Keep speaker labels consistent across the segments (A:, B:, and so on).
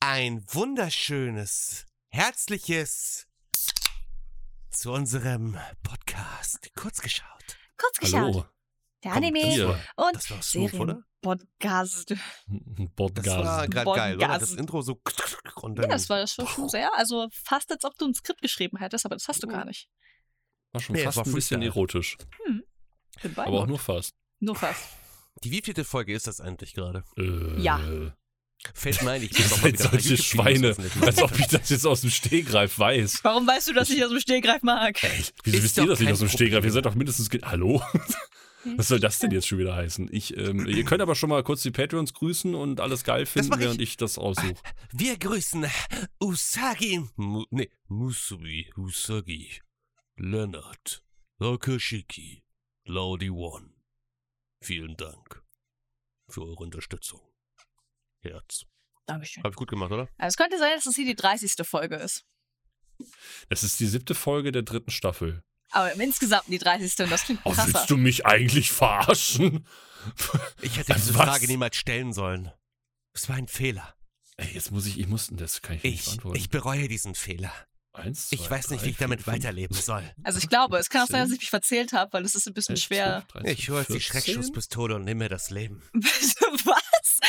A: ein wunderschönes, herzliches zu unserem Podcast kurz geschaut.
B: Kurz geschaut.
C: Hallo.
B: Der
C: Kommt
B: Anime
C: hier.
B: und
A: Das war smooth, oder?
B: Serien-Podcast.
C: Ein
A: Das war
C: Podcast.
A: gerade geil, oder? Das
B: Podcast.
A: Intro so und
B: Ja,
A: dann
B: das war das schon, schon sehr. Also fast, als ob du ein Skript geschrieben hättest, aber das hast du
C: Oh.
B: gar nicht.
C: War schon
A: Nee,
C: fast
A: war
C: ein bisschen
A: Freestyle.
C: erotisch.
B: Bin bei
C: Aber auch
B: nur,
C: nur fast.
B: nur fast.
A: die wievielte Folge ist das eigentlich gerade?
C: Äh,
B: Ja.
A: Fällt mir ein, ich
C: Ihr
A: bin doch mal
C: seid
A: wieder bei
C: solche
A: YouTube
C: Schweine,
A: gewesen.
C: als ob ich das jetzt aus dem Stegreif weiß.
B: Warum weißt du, dass ich aus dem Stehgreif mag?
C: Wieso
A: Ist
C: wisst
A: doch
C: ihr das nicht
A: kein
C: aus dem Stegreif? Ihr
A: Problem.
C: seid doch mindestens. ge- Hallo?
B: Hm.
C: Was soll das denn jetzt schon wieder heißen? Ich, ähm, ihr könnt aber schon mal kurz die Patreons grüßen und alles geil finden,
A: mach ich.
C: während ich das aussuche.
A: Wir grüßen Usagi, Mu, nee, Musubi, Usagi, Leonard, Akashiki, Laudi One. Vielen Dank für eure Unterstützung. Herz.
B: Dankeschön.
A: Hab ich gut gemacht, oder?
B: Also es könnte sein, dass es hier die 30. Folge ist.
C: Das ist die siebte Folge der dritten Staffel.
B: Aber im Insgesamt die 30. und das klingt
C: Oh,
B: krasser.
C: willst du mich eigentlich verarschen?
A: Ich hätte diese
C: Was?
A: Frage niemals stellen sollen. Es war ein Fehler.
C: Ey, jetzt muss ich, ich muss, das kann ich, nicht
A: Ich,
C: beantworten.
A: ich bereue diesen Fehler.
C: Eins,
A: Ich
C: zwei,
A: weiß nicht,
C: drei,
A: wie ich
C: vier,
A: damit
C: fünf,
A: weiterleben soll.
B: also ich glaube, es kann auch sein, dass ich mich verzählt habe, weil es ist ein bisschen
C: elf,
B: schwer.
C: zwölf, dreizehn,
A: Ich hole jetzt die
C: 14.
A: Schreckschusspistole und nehme mir das Leben.
B: Also Was?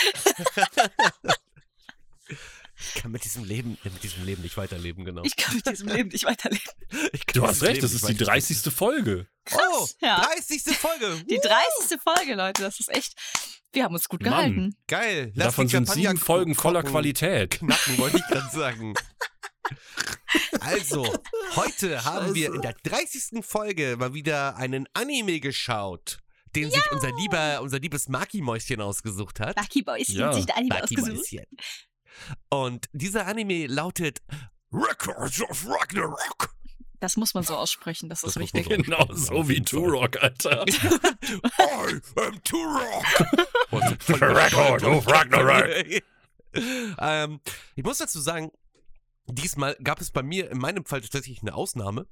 A: Ich kann mit diesem Leben, äh, mit diesem Leben nicht weiterleben, genau.
B: Ich kann mit diesem Leben nicht weiterleben.
A: Ich kann
C: Du
A: mit
C: hast
A: diesem
C: recht, das
A: Leben
C: ist die
A: nicht weiterleben.
C: 30. Folge.
A: Oh,
B: ja.
A: 30. Folge.
B: Die 30. Folge, Leute, das ist echt. Wir haben uns gut
C: Mann.
B: gehalten.
A: Geil.
C: Davon
A: die
C: sind
A: Champagner
C: sieben Folgen voller
A: kochen.
C: Qualität.
A: Knacken, wollte ich gerade sagen. Also, heute haben wir in der 30. Folge mal wieder einen Anime geschaut, den sich unser lieber, unser liebes Maki-Mäuschen ausgesucht hat.
B: Lucky Boys
C: Ja.
B: hat sich der Anime ausgesucht.
A: Maki-Mäuschen. Und dieser Anime lautet Records of Ragnarok.
B: Das muss man so aussprechen, das ist
A: Das muss man
B: wichtig.
A: so
C: Genau
A: aussprechen, auf
C: so wie
A: jeden Fall.
C: Turok, Alter.
A: I am Turok.
C: Oh, Record of Ragnarok.
A: ähm, ich muss dazu sagen, diesmal gab es bei mir in meinem Fall tatsächlich eine Ausnahme,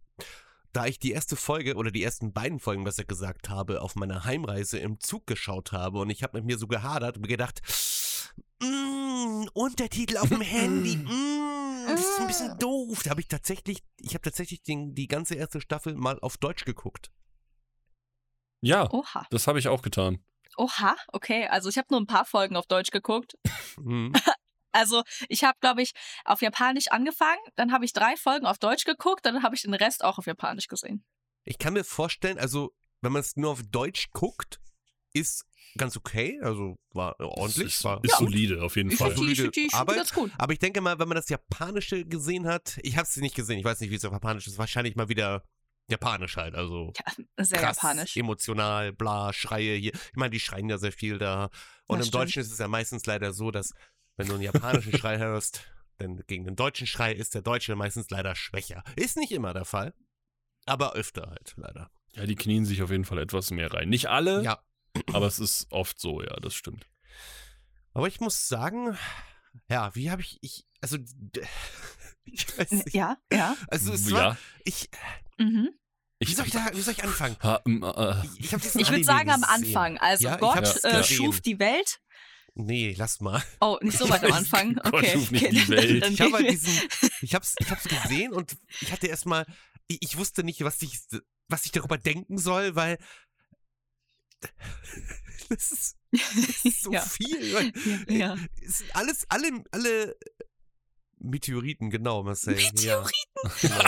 A: da ich die erste Folge oder die ersten beiden Folgen, besser gesagt habe, auf meiner Heimreise im Zug geschaut habe und ich habe mit mir so gehadert und mir gedacht, "Mm, Untertitel auf dem Handy, mm, das ist ein
C: Ah.
A: bisschen doof. Da habe ich tatsächlich, ich habe tatsächlich den, die ganze erste Staffel mal auf Deutsch geguckt.
C: Ja,
B: Oha.
C: das habe ich auch getan.
B: Oha, okay. Also ich habe nur ein paar Folgen auf Deutsch geguckt.
A: Mhm.
B: Also ich habe, glaube ich, auf Japanisch angefangen, dann habe ich drei Folgen auf Deutsch geguckt, dann habe ich den Rest auch auf Japanisch gesehen.
A: Ich kann mir vorstellen, also, wenn man es nur auf Deutsch guckt, ist ganz okay. Also, war ordentlich.
C: Das Ist,
A: war
C: ist
B: Ja.
C: solide, auf jeden
B: Ich
C: Fall.
B: finde die, ich find die, ich find die
A: Arbeit.
B: ganz gut.
A: aber ich denke mal, wenn man das Japanische gesehen hat, ich habe es nicht gesehen, ich weiß nicht, wie es auf Japanisch ist, wahrscheinlich mal wieder Japanisch halt, also
B: Ja, sehr
A: krass,
B: japanisch.
A: emotional, bla, Schreie hier. Ich meine, die schreien ja sehr viel da. Und im
B: Das stimmt.
A: Deutschen ist es ja meistens leider so, dass wenn du einen japanischen Schrei hörst, dann gegen den deutschen Schrei ist der Deutsche meistens leider schwächer. Ist nicht immer der Fall, aber öfter halt, leider.
C: Ja, die knien sich auf jeden Fall etwas mehr rein. Nicht alle,
A: Ja,
C: aber es ist oft so, ja, das stimmt.
A: Aber ich muss sagen, ja, wie habe ich, ich, also, d- ich weiß nicht.
B: Ja, ja.
A: Also, es war,
C: ja,
A: ich,
B: Mhm.
A: wie soll ich, da, wie soll ich anfangen?
C: Ha, mm, äh,
A: Ich, ich, hab diesen
B: Ich würde
A: Anime
B: sagen am
A: gesehen.
B: Anfang. Also
A: Ja, ich
B: Gott
C: hab's
B: äh,
A: gesehen.
B: schuf die Welt.
A: Nee, lass mal.
B: Oh, nicht so weit am Anfang.
C: Gott
B: Okay.
C: schuf nicht
B: okay.
C: die Welt.
B: Dann
A: Ich habe
B: gehen
A: halt
B: wir-
A: diesen, ich hab's, ich hab's gesehen und ich hatte erstmal, ich, ich wusste nicht, was ich, was ich darüber denken soll, weil, das ist, das ist so
B: Ja.
A: viel.
B: ja.
A: Es sind alles, alle, alle Meteoriten, genau, Marcel. Ja.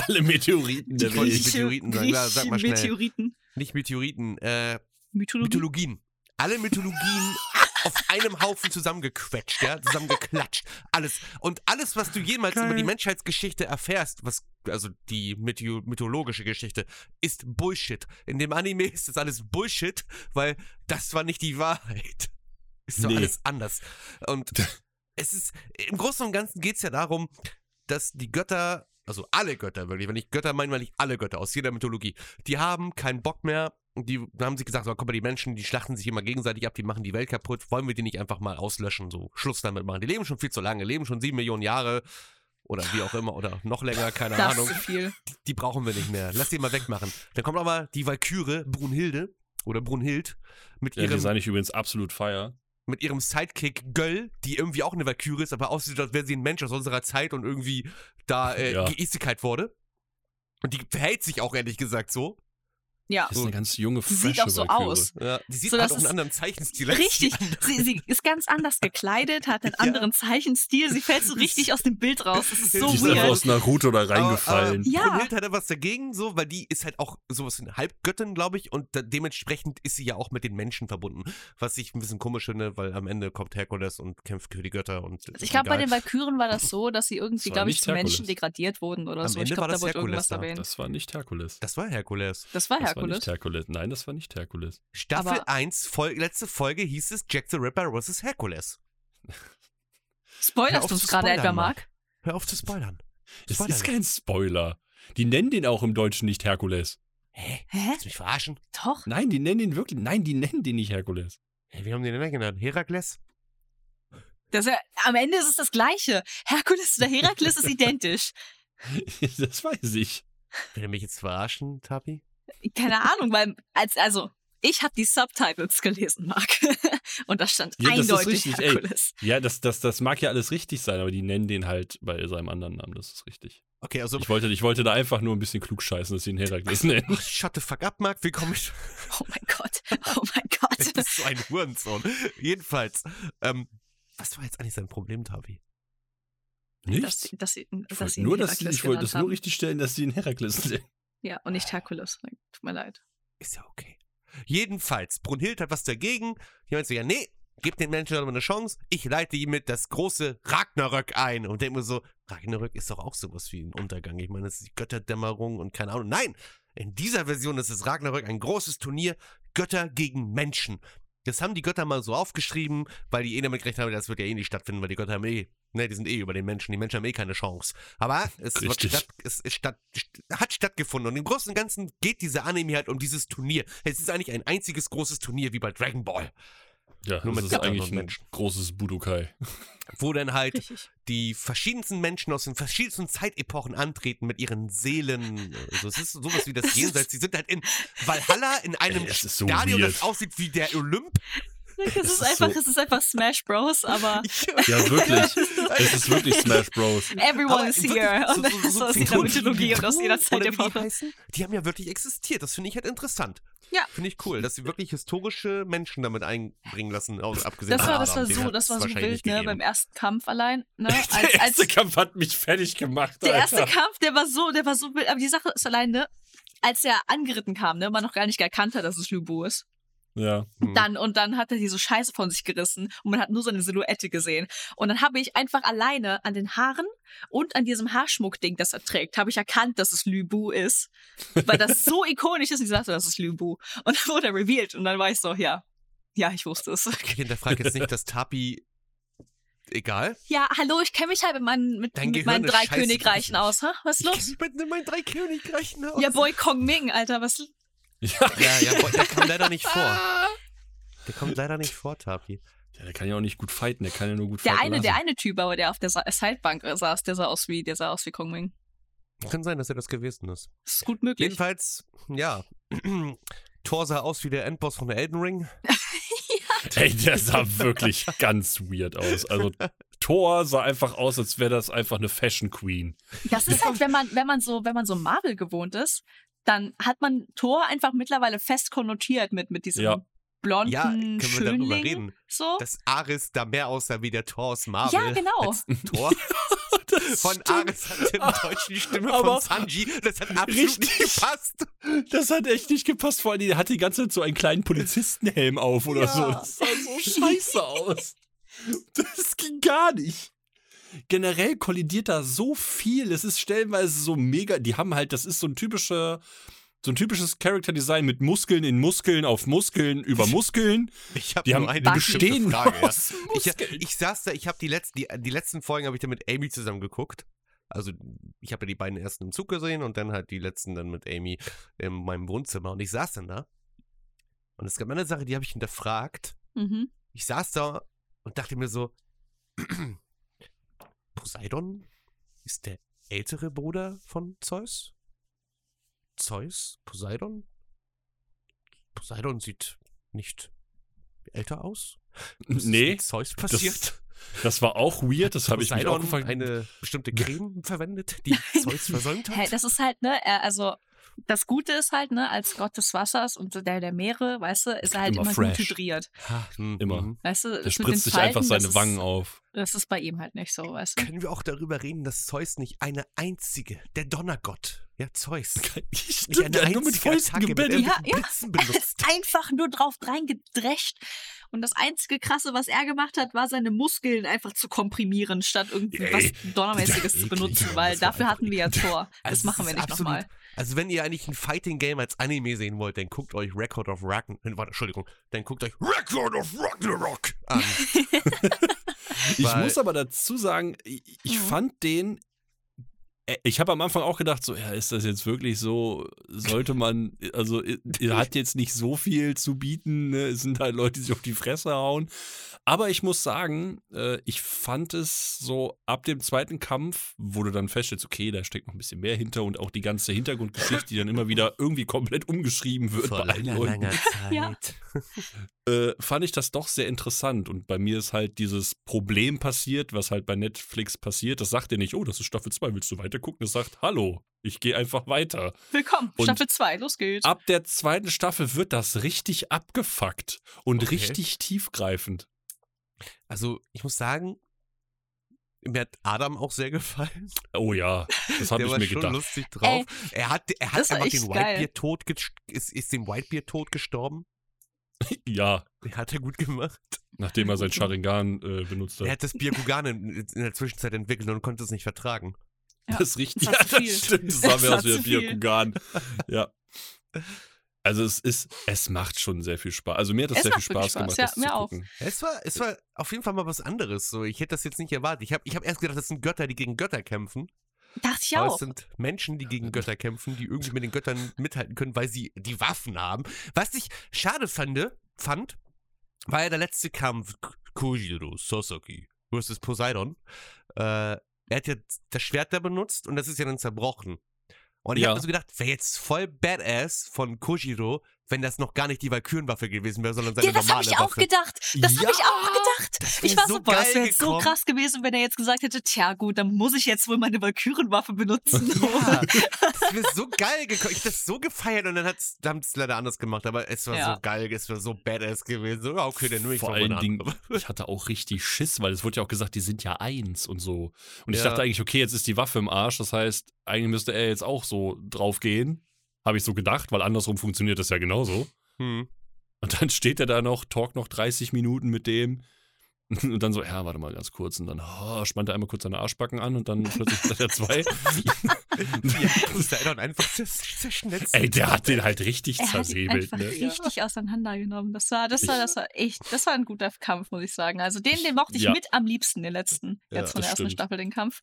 C: alle Meteoriten der
A: Ich wollte
C: Welt.
A: nicht Meteoriten sagen. Ja, sag mal schnell.
B: Meteoriten.
A: Nicht Meteoriten, äh,
B: Mythologie.
A: Mythologien. Alle Mythologien auf einem Haufen zusammengequetscht, ja, zusammengeklatscht. Alles. Und alles, was du jemals über die Menschheitsgeschichte erfährst, was, also die mythio- mythologische Geschichte, ist Bullshit. In dem Anime ist das alles Bullshit, weil das war nicht die Wahrheit. Ist doch
C: Nee.
A: alles anders. Und es ist, im Großen und Ganzen geht es ja darum, dass die Götter, also alle Götter wirklich, wenn ich Götter meine, meine ich alle Götter aus jeder Mythologie, die haben keinen Bock mehr. Und Die haben sich gesagt, so, guck mal, die Menschen, die schlachten sich immer gegenseitig ab, die machen die Welt kaputt, wollen wir die nicht einfach mal auslöschen, so Schluss damit machen. Die leben schon viel zu lange, leben schon sieben Millionen Jahre oder wie auch immer oder noch länger, keine
B: Das
A: Ahnung.
B: ist zu viel.
A: Die brauchen wir nicht mehr. Lass die mal wegmachen. Dann kommt aber die Walküre, Brunhilde oder Brunhild, mit
C: Ja, die
A: ihrem
C: sei ich übrigens absolut feier.
A: mit ihrem Sidekick Göll, die irgendwie auch eine Valkyrie ist, aber aussieht, als wäre sie ein Mensch aus unserer Zeit und irgendwie da äh,
C: Ja.
A: geiestigkeit wurde. Und die verhält sich auch ehrlich gesagt so.
B: Ja.
C: Das ist eine ganz junge,
B: Sieht
C: frische
B: auch so
C: Walküre.
B: aus.
A: Ja, die sieht
B: So,
A: halt
B: das
A: auch einen
B: ist-
A: anderen Zeichenstil. als die
B: Richtig, sie, sie ist ganz anders gekleidet, hat einen
A: Ja.
B: anderen Zeichenstil, sie fällt so richtig aus dem Bild raus. Das ist so
C: Die ist einfach
B: weird.
C: aus Naruto da
A: Aber,
C: reingefallen.
A: aber
B: Ja.
A: Brunhild hat etwas dagegen, so, weil die ist halt auch sowas wie eine Halbgöttin, glaube ich, und da, dementsprechend ist sie ja auch mit den Menschen verbunden. Was ich ein bisschen komisch finde, weil am Ende kommt Herkules und kämpft für die Götter und.
B: Also ich glaube, bei den Walküren war das so, dass sie irgendwie,
C: Das war
B: glaube ich,
C: nicht
B: zu Menschen
C: Herkules.
B: degradiert wurden oder
A: Am
B: so.
A: Ende
B: ich
A: war
B: glaube, da
A: das
B: wurde irgendwas
A: Herkules da.
B: erwähnt.
C: Das war nicht Herkules.
A: Das war Herkules.
B: Das war
C: Das war
B: Ah, Herkules.
C: nicht Herkules. Nein, das war nicht Herkules.
A: Staffel
B: Aber-
A: 1, Fol letzte Folge hieß es Jack the Ripper vs. Herkules. Hör auf
B: Spoilerst du uns
A: zu
B: gerade
A: spoilern,
B: etwa,
A: Mann.
B: Marc?
A: Hör auf zu spoilern.
C: Das
A: Spoiler
C: ist
A: nicht.
C: kein Spoiler. Die nennen den auch im Deutschen nicht Herkules.
A: Hä?
B: Hä?
A: Willst du mich verarschen?
B: Doch.
C: Nein, die nennen ihn wirklich. Nein, die nennen den nicht Herkules.
A: Hä, wie haben die den denn genannt? Herakles?
B: Das ist ja, am Ende ist es das Gleiche. Herkules oder Herakles ist identisch.
C: das weiß ich.
A: Will er mich jetzt verarschen, Tapi?
B: Keine Ahnung, weil, als, also, ich habe die Subtitles gelesen, Marc. Und da stand
C: Ja, das ist
B: eindeutig
C: richtig, ey.
B: Herkules.
C: Ja, das, das, das mag ja alles richtig sein, aber die nennen den halt bei seinem anderen Namen. Das ist richtig.
A: Okay, also.
C: Ich wollte, ich wollte da einfach nur ein bisschen klug scheißen, dass sie ihn Herakles nennen.
A: Ach, shut the fuck up, Marc. Wie komme ich.
B: Oh mein Gott. Oh mein
A: Du
B: Gott.
A: bist so ein Hurensohn. Jedenfalls. Ähm, was war jetzt eigentlich sein Problem, Tavi?
C: Nichts.
B: Dass, dass sie,
C: Ich
B: dass
C: wollte
B: sie ihn
C: nur, dass sie-
B: Herakles
C: ich wollte
B: genannt
C: das nur
B: haben.
C: richtig stellen, dass sie ihn Herakles nennen.
B: Ja, und nicht Herkules. Tut mir leid.
A: Ist ja okay. Jedenfalls, Brunhild hat was dagegen. Die meint so, ja, nee, gib den Menschen doch mal eine Chance. Ich leite ihm mit das große Ragnarök ein. Und denke mir so, Ragnarök ist doch auch sowas wie ein Untergang. Ich meine, das ist die Götterdämmerung und keine Ahnung. Nein, in dieser Version ist es Ragnarök ein großes Turnier Götter gegen Menschen. Das haben die Götter mal so aufgeschrieben, weil die eh damit gerechnet haben, das wird ja eh nicht stattfinden, weil die Götter haben eh, ne, die sind eh über den Menschen, die Menschen haben eh keine Chance. Aber es, wird
C: Richtig.
A: statt, es ist statt, st- hat stattgefunden und im Großen und Ganzen geht diese Anime halt um dieses Turnier. Es ist eigentlich ein einziges großes Turnier wie bei Dragon Ball,
C: Ja,
A: Nur
C: das
A: mit
C: ist
A: Göttern
C: eigentlich
A: und
C: ein
A: Menschen.
C: großes Budokai.
A: wo dann halt
B: Richtig.
A: die verschiedensten Menschen aus den verschiedensten Zeitepochen antreten mit ihren Seelen. Also es ist sowas wie das
B: Das ist-
A: Jenseits. Die sind halt in Valhalla in einem
C: Ey, das ist so
A: Stadion, das
C: weird.
A: aussieht wie der Olymp.
B: Es ist,
C: ist
B: einfach,
C: so-
B: es ist einfach Smash Bros, aber
C: Ja, wirklich. es ist wirklich Smash Bros.
B: everyone is
A: wirklich
B: here.
A: so-
B: Und das
A: so-
B: ist
A: so
B: aus jeder
A: Figuren
B: Mythologie
A: wie
B: und aus jeder
A: Cthulhu
B: Zeit
A: oder
B: der
A: wie die
B: Woche.
A: heißen, Die haben ja wirklich existiert. Das finde ich halt interessant.
B: Ja.
A: Finde ich cool, dass sie wirklich historische Menschen damit einbringen lassen, aus- abgesehen
B: Das
A: von
B: war, das war
A: Adam, Ah, den
B: so,
A: hat's
B: das war so
A: wahrscheinlich
B: wild,
A: nicht
B: ne?
A: gegeben.
B: Beim ersten Kampf allein. Ne?
C: der
B: Als, als,
C: erste Kampf hat mich fertig gemacht.
B: der
C: Alter.
B: erste Kampf, der war so, der war so wild. Aber die Sache ist allein, ne? Als er angeritten kam, ne, man noch gar nicht erkannt hat, dass es Lubu ist.
C: Ja.
A: Hm.
B: Dann, und dann hat er diese Scheiße von sich gerissen und man hat nur seine Silhouette gesehen. Und dann habe ich einfach alleine an den Haaren und an diesem Haarschmuckding, das er trägt, habe ich erkannt, dass es Lübu ist. Weil das so ikonisch ist und ich sagte, das ist Lübu. Und dann wurde er revealed und dann war ich so, ja, ja, ich wusste es.
A: Ich hinterfrage jetzt nicht, dass Tapi. Egal.
B: Ja, hallo, ich kenne mich halt mit meinen, mit,
A: Dein
B: mit
A: Gehirn
B: meinen
A: ist
B: drei
A: scheiße riesig.
B: Königreichen aus. Ha? Was ist
A: Ich kenn
B: los?
A: mich mit in meinen drei Königreichen aus.
B: Ja, Boy Kong Ming, Alter, was...
C: Ja.
A: Ja, ja, boah, der kommt leider nicht vor. Der kommt leider nicht vor, Tapi.
C: ja. Der kann ja auch nicht gut fighten, der kann ja nur gut
B: Der
C: fighten.
B: eine, der
C: lassen.
B: eine Typ, aber der auf der Sa- Sidebank saß, der sah aus wie, der sah aus wie Kong Ming.
A: Kann sein, dass er das gewesen ist.
B: Das ist gut möglich.
A: Jedenfalls, ja. Thor sah aus wie der Endboss von Elden Ring.
C: Also, Ey, der sah wirklich ganz weird aus. Also, Thor sah einfach aus, als wäre das einfach eine Fashion Queen.
B: Das ist halt, wenn man, wenn man so, wenn man so Marvel gewohnt ist, dann hat man Thor einfach mittlerweile fest konnotiert mit, mit diesem
C: Ja.
B: blonden
A: Ja, können wir
B: Schönling.
A: darüber reden,
B: So.
A: dass Ares da mehr aussah wie der Thor aus Marvel.
B: ja, genau.
A: Als Thor von Ares hatte im Deutschen die Stimme
C: Aber-
A: von Sanji. Das hat absolut nicht
C: Richtig.
A: gepasst.
C: Das hat echt nicht gepasst. Vor allem, der hat die ganze Zeit so einen kleinen Polizistenhelm auf oder
A: Ja.
C: so. Das sah so scheiße aus. Das ging gar nicht. Generell kollidiert da so viel. Es ist stellenweise so mega. Die haben halt, das ist so ein typischer. So ein typisches Charakterdesign mit Muskeln in Muskeln auf Muskeln über Muskeln.
A: Ich habe
C: Die haben
A: nur eine bestimmte
C: bestehen
A: Frage. Ja.
C: aus
A: Ich, äh,
C: Muskeln.
A: ich saß da, ich habe die letzten, die, die letzten Folgen habe ich dann mit Amy zusammen geguckt. Also ich habe ja die beiden ersten im Zug gesehen und dann halt die letzten dann mit Amy in meinem Wohnzimmer. Und ich saß dann da. Und es gab eine Sache, die habe ich hinterfragt.
B: Mhm.
A: Ich saß da und dachte mir so, Poseidon ist der ältere Bruder von Zeus? Zeus? Poseidon? Poseidon sieht nicht älter aus? Ist
C: Nee,
A: mit Zeus passiert?
C: Das war auch weird, das habe ich mich auch
A: Poseidon
C: gefragt.
A: eine bestimmte Creme verwendet, die Zeus versäumt
B: Hä,
A: hat?
B: das ist halt, ne, er- also das Gute ist halt, ne, als Gott des Wassers und der der Meere, weißt du, ist er halt
C: Immer
B: immer, gut
C: fresh.
B: hydriert.
A: Ha, hm,
C: Immer.
A: hm.
B: Weißt du,
C: Der
B: das mit den
C: spritzt sich einfach
B: Falten,
C: seine
B: das
C: Wangen
B: ist,
C: auf.
B: Das ist bei ihm halt nicht so, weißt du.
A: Können wir auch darüber reden, dass Zeus nicht eine einzige, der Donnergott, ja, Zeus,
C: Stimmt,
A: nicht eine
C: der hat
A: einzige Attacke mit
C: gebettelt.
A: irgendwelchen
B: Ja, ja.
A: Blitzen benutzt.
B: Einfach nur drauf reingedrescht. Und das einzige Krasse, was er gemacht hat, war seine Muskeln einfach zu komprimieren, statt irgendwie
C: Ey,
B: was Donnermäßiges
C: das war
B: zu benutzen,
C: eklig,
B: weil
C: das war
B: dafür
C: einfach
B: hatten wir ja Tor.
A: Also,
B: Das
A: es
B: machen
A: ist
B: wir nicht
A: absolut-
B: nochmal.
A: Also wenn ihr eigentlich ein Fighting Game als Anime sehen wollt, dann guckt euch Record of Ragnarok, warte, Entschuldigung, dann guckt euch Record of Ragnarok an.
C: Ich
A: Weil-
C: muss aber dazu sagen, ich, ich
B: Mhm.
C: fand den. äh, Ich habe am Anfang auch gedacht, so, ja, ist das jetzt wirklich so? Sollte man, also, äh, er hat jetzt nicht so viel zu bieten, ne? es sind halt Leute, die sich auf die Fresse hauen. Aber ich muss sagen, äh, ich fand es so ab dem zweiten Kampf, wo du dann feststellst, okay, da steckt noch ein bisschen mehr hinter und auch die ganze Hintergrundgeschichte, die dann immer wieder irgendwie komplett umgeschrieben wird bei allen Leuten
A: Zeit.
B: Ja.
C: äh, fand ich das doch sehr interessant. Und bei mir ist halt dieses Problem passiert, was halt bei Netflix passiert. Das sagt dir nicht, oh, das ist Staffel 2, willst du weitergucken? Das sagt, hallo, ich gehe einfach weiter.
B: Willkommen,
C: Und-
B: Staffel 2, los
A: Ah,
B: geht's.
C: Ab der zweiten Staffel wird das richtig abgefuckt und
A: Okay.
C: richtig tiefgreifend.
A: Also ich muss sagen, mir hat Adam auch sehr gefallen.
C: Oh ja, das habe
A: Der
C: ich
A: war
C: mir
A: schon
C: gedacht.
A: lustig drauf. er hat, er hat
B: das war
A: einfach
B: echt
A: den
B: geil.
A: Whitebeard tot, gest- ist, ist dem Whitebeard tot gestorben.
C: Ja,
A: Den hat er gut gemacht.
C: nachdem er sein Sharingan äh, benutzt
A: Er
C: hat.
A: hat das Biokugan in, in der Zwischenzeit entwickelt und konnte es nicht vertragen.
B: Ja,
C: das ist richtig.
B: das war zu
C: Ja,
B: viel.
C: das stimmt. Das sah
B: Das
C: mir
B: war
C: aus wie
B: zu
C: ein
B: viel.
C: Biokugan. Ja. Also es ist, es macht schon sehr viel Spaß. Also mir hat das
B: Es
C: sehr viel
B: macht wirklich
C: Spaß gemacht,
B: Spaß. Ja,
C: das
B: mir
C: zu
B: auch.
C: gucken.
A: Es war, es war auf jeden Fall mal was anderes. So, ich hätte das jetzt nicht erwartet. Ich habe ich hab erst gedacht, das sind Götter, die gegen Götter kämpfen.
B: Dachte ich
A: Aber es
B: auch.
A: sind Menschen, die gegen Götter kämpfen, die irgendwie mit den Göttern mithalten können, weil sie die Waffen haben. Was ich schade fand, fand war ja der letzte Kampf K- Kujiro Sosaki versus Poseidon. Äh, er hat ja das Schwert da benutzt und das ist ja dann zerbrochen. Und ich
C: Ja.
A: habe mir so gedacht, wäre jetzt voll badass von Kujiro, wenn das noch gar nicht die Valkyrenwaffe gewesen wäre, sondern seine
B: Ja, das habe
A: normale
B: ich auch
A: Waffe.
B: gedacht. Das
C: Ja,
B: habe ich auch gedacht.
A: das wär
B: Ich war
A: so
B: so, boah, das
A: geil
B: wäre jetzt so
A: gekommen.
B: krass gewesen, wenn er jetzt gesagt hätte, tja gut, dann muss ich jetzt wohl meine Valkyrenwaffe benutzen.
A: Ja, das wäre so geil gekommen. Ich hab das so gefeiert und dann hat's, haben es leider anders gemacht, aber es war
B: Ja.
A: so geil, es war so badass gewesen. So, ja, okay, dann nehme ich
C: Vor
A: mal meine
C: allen
A: andere.
C: Dingen, ich hatte auch richtig Schiss, weil es wurde ja auch gesagt, die sind ja eins und so. Und ich
A: Ja.
C: dachte eigentlich, okay, jetzt ist die Waffe im Arsch, das heißt, eigentlich müsste er jetzt auch so draufgehen. Habe ich so gedacht, weil andersrum funktioniert das ja genauso.
A: Hm.
C: Und dann steht er da noch, talkt noch 30 Minuten mit dem. Und dann so, ja, warte mal ganz kurz. Und dann oh, spannt er einmal kurz seine Arschbacken an und dann plötzlich hat er zwei.
A: Ja, Poseidon einfach zer- zerschnitzt.
C: Ey, der hat den halt richtig
B: Er hat ihn
C: zersäbelt.
B: einfach
C: Ne?
B: richtig auseinandergenommen. Das war, das war,
C: Ich-
B: das war echt, das war ein guter Kampf, muss ich sagen. Also den, den mochte ich
C: Ja.
B: mit am liebsten, den letzten,
A: Ja,
B: jetzt von
C: das
B: der ersten
C: stimmt.
B: Staffel, den Kampf.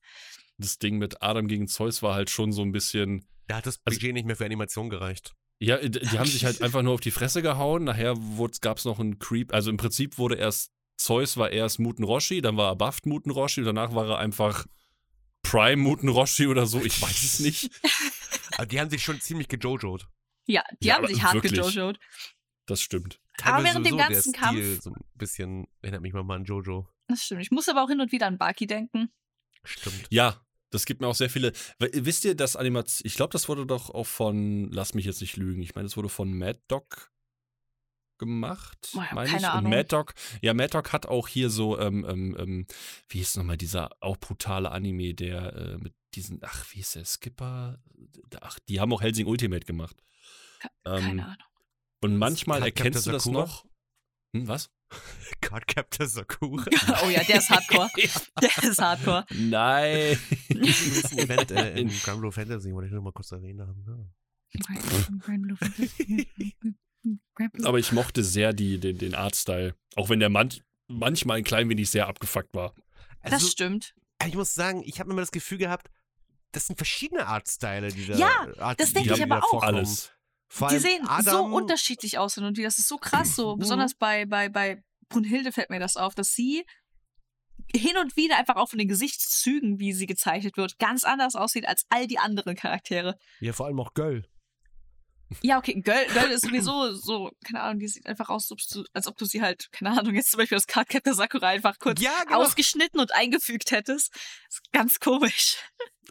C: Das Ding mit Adam gegen Zeus war halt schon so ein bisschen.
A: Da hat das
C: Also-
A: Budget nicht mehr für Animation gereicht.
C: Ja, d- die haben sich halt einfach nur auf die Fresse gehauen. Nachher gab es noch einen Creep. Also im Prinzip wurde erst Zeus war erst Muten Roshi, dann war er Buffed Muten Roshi und danach war er einfach Prime Muten Roshi oder so. Ich weiß es nicht.
A: Aber die haben sich schon ziemlich gejojoed.
B: Ja, die
C: Ja,
B: haben
C: aber
B: sich hart
C: wirklich.
B: gejojoed.
C: Das stimmt.
B: Aber während dem
A: sowieso der
B: ganzen
A: Stil
B: Kampf-
A: So ein bisschen erinnert mich mal an Jojo.
B: Das stimmt. Ich muss aber auch hin und wieder an Baki denken.
A: Stimmt.
C: Ja, das gibt mir auch sehr viele. Weil, äh, wisst ihr, das Animation. Ich glaube, das wurde doch auch von. Lass mich jetzt nicht lügen. Ich meine, das wurde von Mad Dog gemacht.
B: Boah, ich hab
C: meine
B: keine
C: ich.
B: Ahnung.
C: Und Mad Dog. Ja, Mad Dog hat auch hier so. Ähm, ähm, ähm, wie hieß nochmal dieser auch brutale Anime, der äh, mit diesen. Ach, wie hieß der? Skipper? Ach, die haben auch Helsing Ultimate gemacht.
B: Keine
C: Ähm,
B: Ahnung.
C: und manchmal
A: Card
C: erkennst du
A: Captor
C: das
A: Sakura?
C: noch. Hm, was?
A: God Captain Sakura.
B: Oh ja, der ist hardcore. Der ist hardcore.
C: Nein.
A: Das ist ein Event äh, in Gumblue Fantasy, wollte ich nur mal kurz erwähnt haben. Ja.
C: Aber ich mochte sehr die, den, den Artstyle. Auch wenn der manch, manchmal ein klein wenig sehr abgefuckt war.
A: Also
C: also
B: Das stimmt.
A: ich muss sagen, ich habe immer das Gefühl gehabt, das sind verschiedene Artstyle, die da
B: Ja,
A: Art,
B: das
A: die
B: denke
A: da
B: ich
A: wieder
B: aber auch.
A: vorkommen.
C: Alles.
A: Vor
B: Die
A: allem
B: sehen
A: Adam, Mhm.
B: so unterschiedlich aus hin und wieder. Das ist so krass so. Besonders bei, bei, bei Brunhilde fällt mir das auf, dass sie hin und wieder einfach auch von den Gesichtszügen, wie sie gezeichnet wird, ganz anders aussieht als all die anderen Charaktere.
A: Ja, vor allem auch Göll.
B: Ja, okay, Göll, Göll ist sowieso so, keine Ahnung, die sieht einfach aus, als ob du- als ob du sie halt, keine Ahnung, jetzt zum Beispiel das Cardcaptor Sakura einfach kurz
A: Ja, genau.
B: ausgeschnitten und eingefügt hättest. Ist ganz komisch.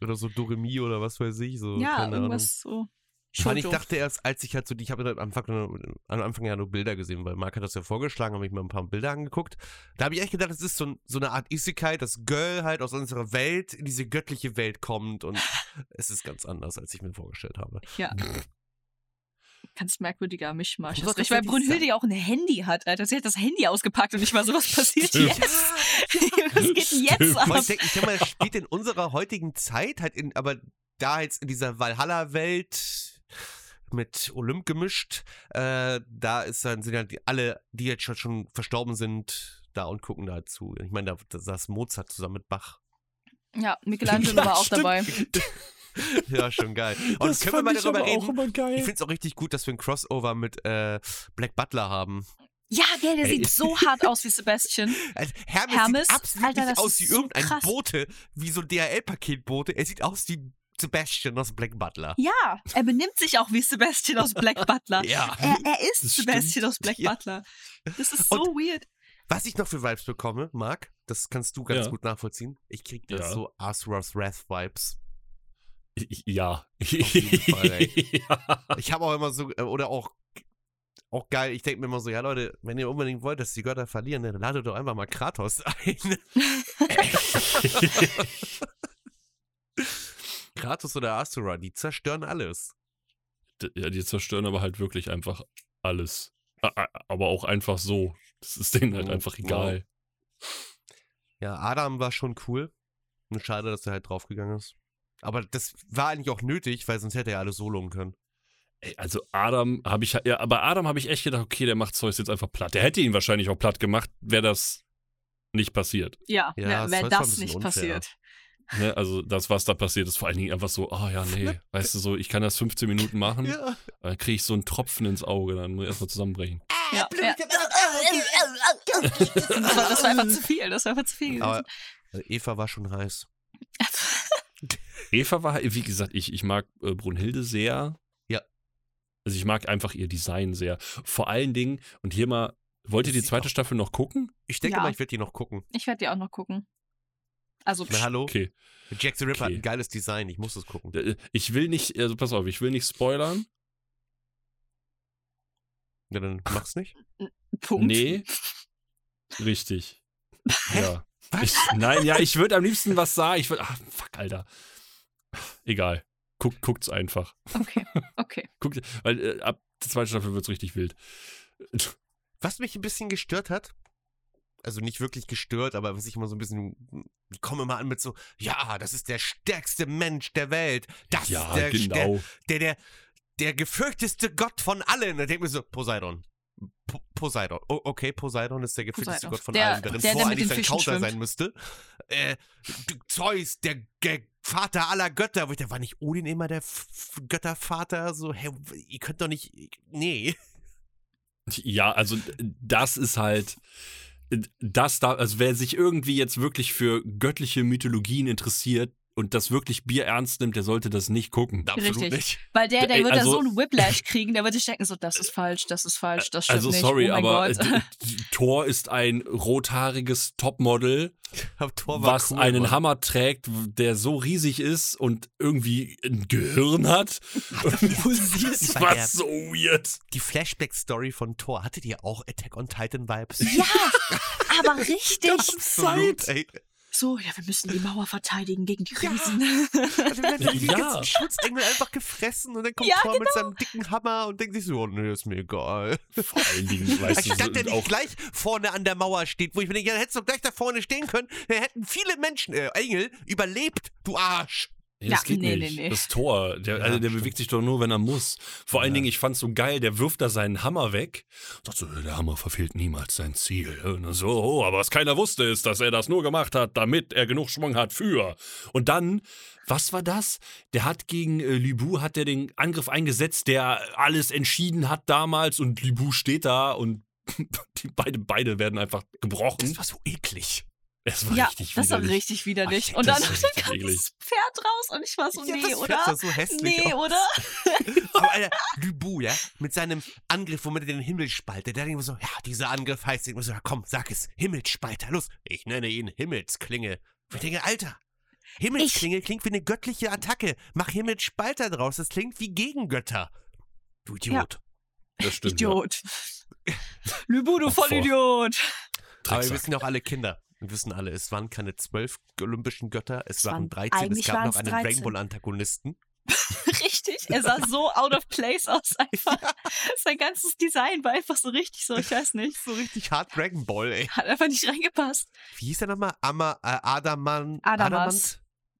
A: Oder so Doremi oder was weiß ich. So,
B: genau. ja,
A: keine
B: irgendwas so.
A: Ahnung. Weil ich
B: Shoujo.
A: dachte erst, als ich halt so, die- ich habe halt am Anfang, nur- am Anfang ja nur Bilder gesehen, weil Marc hat das ja vorgeschlagen, habe ich mir ein paar Bilder angeguckt. Da habe ich echt gedacht, es ist so, ein, so eine Art Isekai, dass Girl halt aus unserer Welt in diese göttliche Welt kommt und es ist ganz anders, als ich mir vorgestellt habe.
B: Ja. Ganz merkwürdiger
A: Warum
B: Mischmasch. Ich
A: soll
B: weil
A: das denn
B: Brunhilde ja auch ein Handy hat, Alter. Sie hat das Handy ausgepackt und nicht mal sowas passiert
C: Stimmt.
B: jetzt. Was geht denn jetzt
C: Stimmt.
A: Aber
B: ab?
A: ich denke, ich denk mal, das spielt in unserer heutigen Zeit halt in, aber da jetzt in dieser Valhalla-Welt mit Olymp gemischt, äh, da ist dann, sind ja die, alle, die jetzt schon, schon verstorben sind, da und gucken dazu. Ich meine, da, da saß Mozart zusammen mit Bach.
B: Ja, Michelangelo
C: Ja,
B: war auch
C: stimmt.
B: dabei.
A: Ja, schon geil. Und
C: das
A: können wir mal
C: fand ich
A: darüber
C: aber auch
A: reden?
C: immer
A: Ich
C: geil.
A: finde es auch richtig gut, dass wir ein Crossover mit äh, Black Butler haben.
B: Ja, gell, der
A: Ey.
B: sieht so hart aus wie Sebastian.
A: Also Hermes,
B: Hermes,
A: sieht absolut
B: Alter,
A: nicht
B: das
A: aus wie
B: ist so
A: irgendein
B: krass.
A: Bote, wie so ein DHL-Paketbote. Er sieht aus wie Sebastian aus Black Butler.
B: Ja, er benimmt sich auch wie Sebastian aus Black Butler.
A: Ja.
B: Er, er ist
C: Das
B: Sebastian aus Black
A: Ja.
B: Butler. Das ist so weird.
A: Was ich noch für Vibes bekomme, Marc, das kannst du ganz
C: Ja.
A: gut nachvollziehen. Ich krieg das
C: Ja.
A: so Asura's Wrath-Vibes.
C: Ja. Auf
A: jeden Fall, ey.
C: ja.
A: Ich habe auch immer so, äh, oder auch, auch geil, ich denke mir immer so, ja Leute, wenn ihr unbedingt wollt, dass die Götter verlieren, dann ladet doch einfach mal Kratos ein. Kratos oder Asura, die zerstören alles.
C: D- Ja, die zerstören aber halt wirklich einfach alles. A- a- Aber auch einfach so. Das ist denen halt
A: Mhm.
C: einfach egal.
A: Ja, Adam war schon cool. Nur schade, dass er halt draufgegangen ist. Aber das war eigentlich auch nötig, weil sonst hätte er alles soloen können.
C: Ey, also Adam habe ich ja, bei Adam habe ich echt gedacht, okay, der macht Zeus jetzt einfach platt. Der hätte ihn wahrscheinlich auch platt gemacht, wäre das nicht passiert.
B: Ja,
A: Ja,
B: wäre
A: das
B: wär
A: war zwar ein
B: das
A: bisschen
B: nicht
A: unfair.
B: passiert.
C: Ne? Also das, was da passiert, ist vor allen Dingen einfach so, ah ja, nee, weißt du so, ich kann das 15 Minuten machen,
A: Ne? Ja.
C: dann kriege ich so einen Tropfen ins Auge, dann muss ich erstmal zusammenbrechen.
B: Ja, ja. Oh, Das, war, das war einfach zu viel. Das war einfach zu viel.
A: Aber
B: gewesen.
A: also Eva war schon heiß.
C: Eva war, wie gesagt, ich, ich mag äh, Brunhilde sehr.
A: Ja.
C: Also ich mag einfach ihr Design sehr. Vor allen Dingen, und hier mal, wollt ihr die
A: Sie
C: zweite
A: auch-
C: Staffel noch gucken?
A: Ich denke
B: Ja.
A: mal, ich werde die noch gucken.
B: Ich werde die auch noch gucken. Also,
A: Na, hallo?
C: Okay.
A: Jack the Ripper
C: Okay.
A: hat ein geiles Design, ich muss es gucken.
C: Äh, Ich will nicht, also pass auf, ich will nicht spoilern.
A: Ja, dann mach's nicht.
B: Punkt.
C: Nee. Richtig. Ja. Ich, nein, ja, ich würde am liebsten was sagen. Ich würde, ah, fuck, Alter. Egal. Guck, guckt's einfach.
B: Okay, okay.
C: Guckt, weil äh, ab der zweiten Staffel wird's richtig wild.
A: Was mich ein bisschen gestört hat, also nicht wirklich gestört, aber was ich immer so ein bisschen, ich komme immer an mit so, ja, das ist der stärkste Mensch der Welt. Das
C: ja,
A: ist der, der,
C: genau.
A: der, der, der gefürchteste Gott von allen. Da denke ich mir so, Poseidon. Po- Poseidon. O okay, Poseidon ist der gefürchteste
B: Poseidon.
A: Gott von
B: Der-
A: allen, darin
B: der, der
A: vor
B: mit
A: eigentlich
B: den
A: sein
B: Fischen
A: Counter
B: schwimmt.
A: sein müsste. Äh, D- Zeus, der Ge Vater aller Götter. Wo ich, da war nicht Odin immer der F F- Göttervater? So, hä, w- ihr könnt doch nicht. Nee.
C: Ja, also äh, das ist halt. äh, Das da, also wer sich irgendwie jetzt wirklich für göttliche Mythologien interessiert und das wirklich bierernst nimmt, der sollte das nicht gucken.
B: Richtig.
A: nicht.
B: Weil der, der
C: Ey,
B: wird
C: also-
B: da so einen Whiplash kriegen, der wird sich denken, so, das ist falsch, das ist falsch, das stimmt
C: also
B: nicht.
C: sorry,
B: oh mein
C: aber
B: Gott.
C: äh, d- d- Thor ist ein rothaariges Topmodel,
A: Aber Thor war
C: was
A: cool,
C: einen
A: Mann.
C: Hammer trägt, w- der so riesig ist und irgendwie ein Gehirn hat.
A: die
C: das
A: bei
C: war
A: der-
C: so weird.
A: Die Flashback-Story von Thor. Hattet ihr auch Attack on Titan-Vibes?
B: ja, aber richtig.
A: Absolut, ey.
B: So, ja, wir müssen die Mauer verteidigen gegen die Riesen.
A: Also werden die
C: Ja.
A: ganzen Schutzengel einfach gefressen und dann kommt
B: Ja, genau.
A: Thor mit seinem dicken Hammer und denkt sich so, oh, nö, ist mir egal.
C: Vor allen Dingen, weißt du,
A: Anstatt der
C: so-
A: nicht
C: auch
A: gleich vorne an der Mauer steht, wo ich mir denke, ja, hättest du gleich da vorne stehen können, dann hätten viele Menschen, äh, Engel, überlebt, du Arsch.
C: Ja, das
B: Ja,
C: geht
B: nee,
C: nicht.
B: nee, nee.
C: Das Tor, der,
A: Ja,
C: also der
A: stimmt.
C: bewegt sich doch nur, wenn er muss. Vor allen
A: Ja.
C: Dingen, ich fand's so geil, der wirft da seinen Hammer weg. Sagt so, "Äh, der Hammer verfehlt niemals sein Ziel. Und So, oh, aber was keiner wusste, ist, dass er das nur gemacht hat, damit er genug Schwung hat für. Und dann, was war das? Der hat gegen äh, Libu, hat der den Angriff eingesetzt, der alles entschieden hat damals und Libu steht da und die beide, beide werden einfach gebrochen.
A: war so eklig.
C: Es war
B: ja,
C: richtig
B: das war
C: widerlich.
B: richtig widerlich.
C: Ach,
B: und
C: das
B: dann,
C: war
B: dann
C: richtig
B: kam
C: eklig.
B: dieses Pferd raus und ich war so,
A: Ja,
B: nee,
A: das Pferd
B: oder?
A: sah so hässlich
B: Nee,
A: aus.
B: oder?
A: Aber Alter, Dubu, ja, mit seinem Angriff, womit er den Himmel spaltet, der denkt immer so, ja, dieser Angriff heißt immer so, ja, komm, sag es, Himmelsspalter, los, ich nenne ihn Himmelsklinge. Und ich denke, Alter, Himmelsklinge klingt wie eine göttliche Attacke. Mach Himmelsspalter draus, das klingt wie Gegengötter. Du Idiot.
C: Das stimmt.
B: Idiot. Lübu, du
C: Ach, voll.
B: Vollidiot.
C: Ja.
A: Aber wir
C: Drecksack.
A: wissen ja auch alle Kinder. Wir wissen alle, es waren keine zwölf olympischen Götter, es,
B: Es
A: waren
B: waren-
A: 13. Es
B: eigentlich
A: gab noch
B: waren's
A: einen
B: 13.
A: Dragon Ball-Antagonisten.
B: Richtig. Er sah so out of place aus einfach. Sein ganzes Design war einfach so richtig so, ich weiß nicht.
A: So richtig hart Dragon Ball, ey.
B: Hat einfach nicht reingepasst.
A: wie hieß der nochmal? Ama, äh, Adaman,
B: Adamas.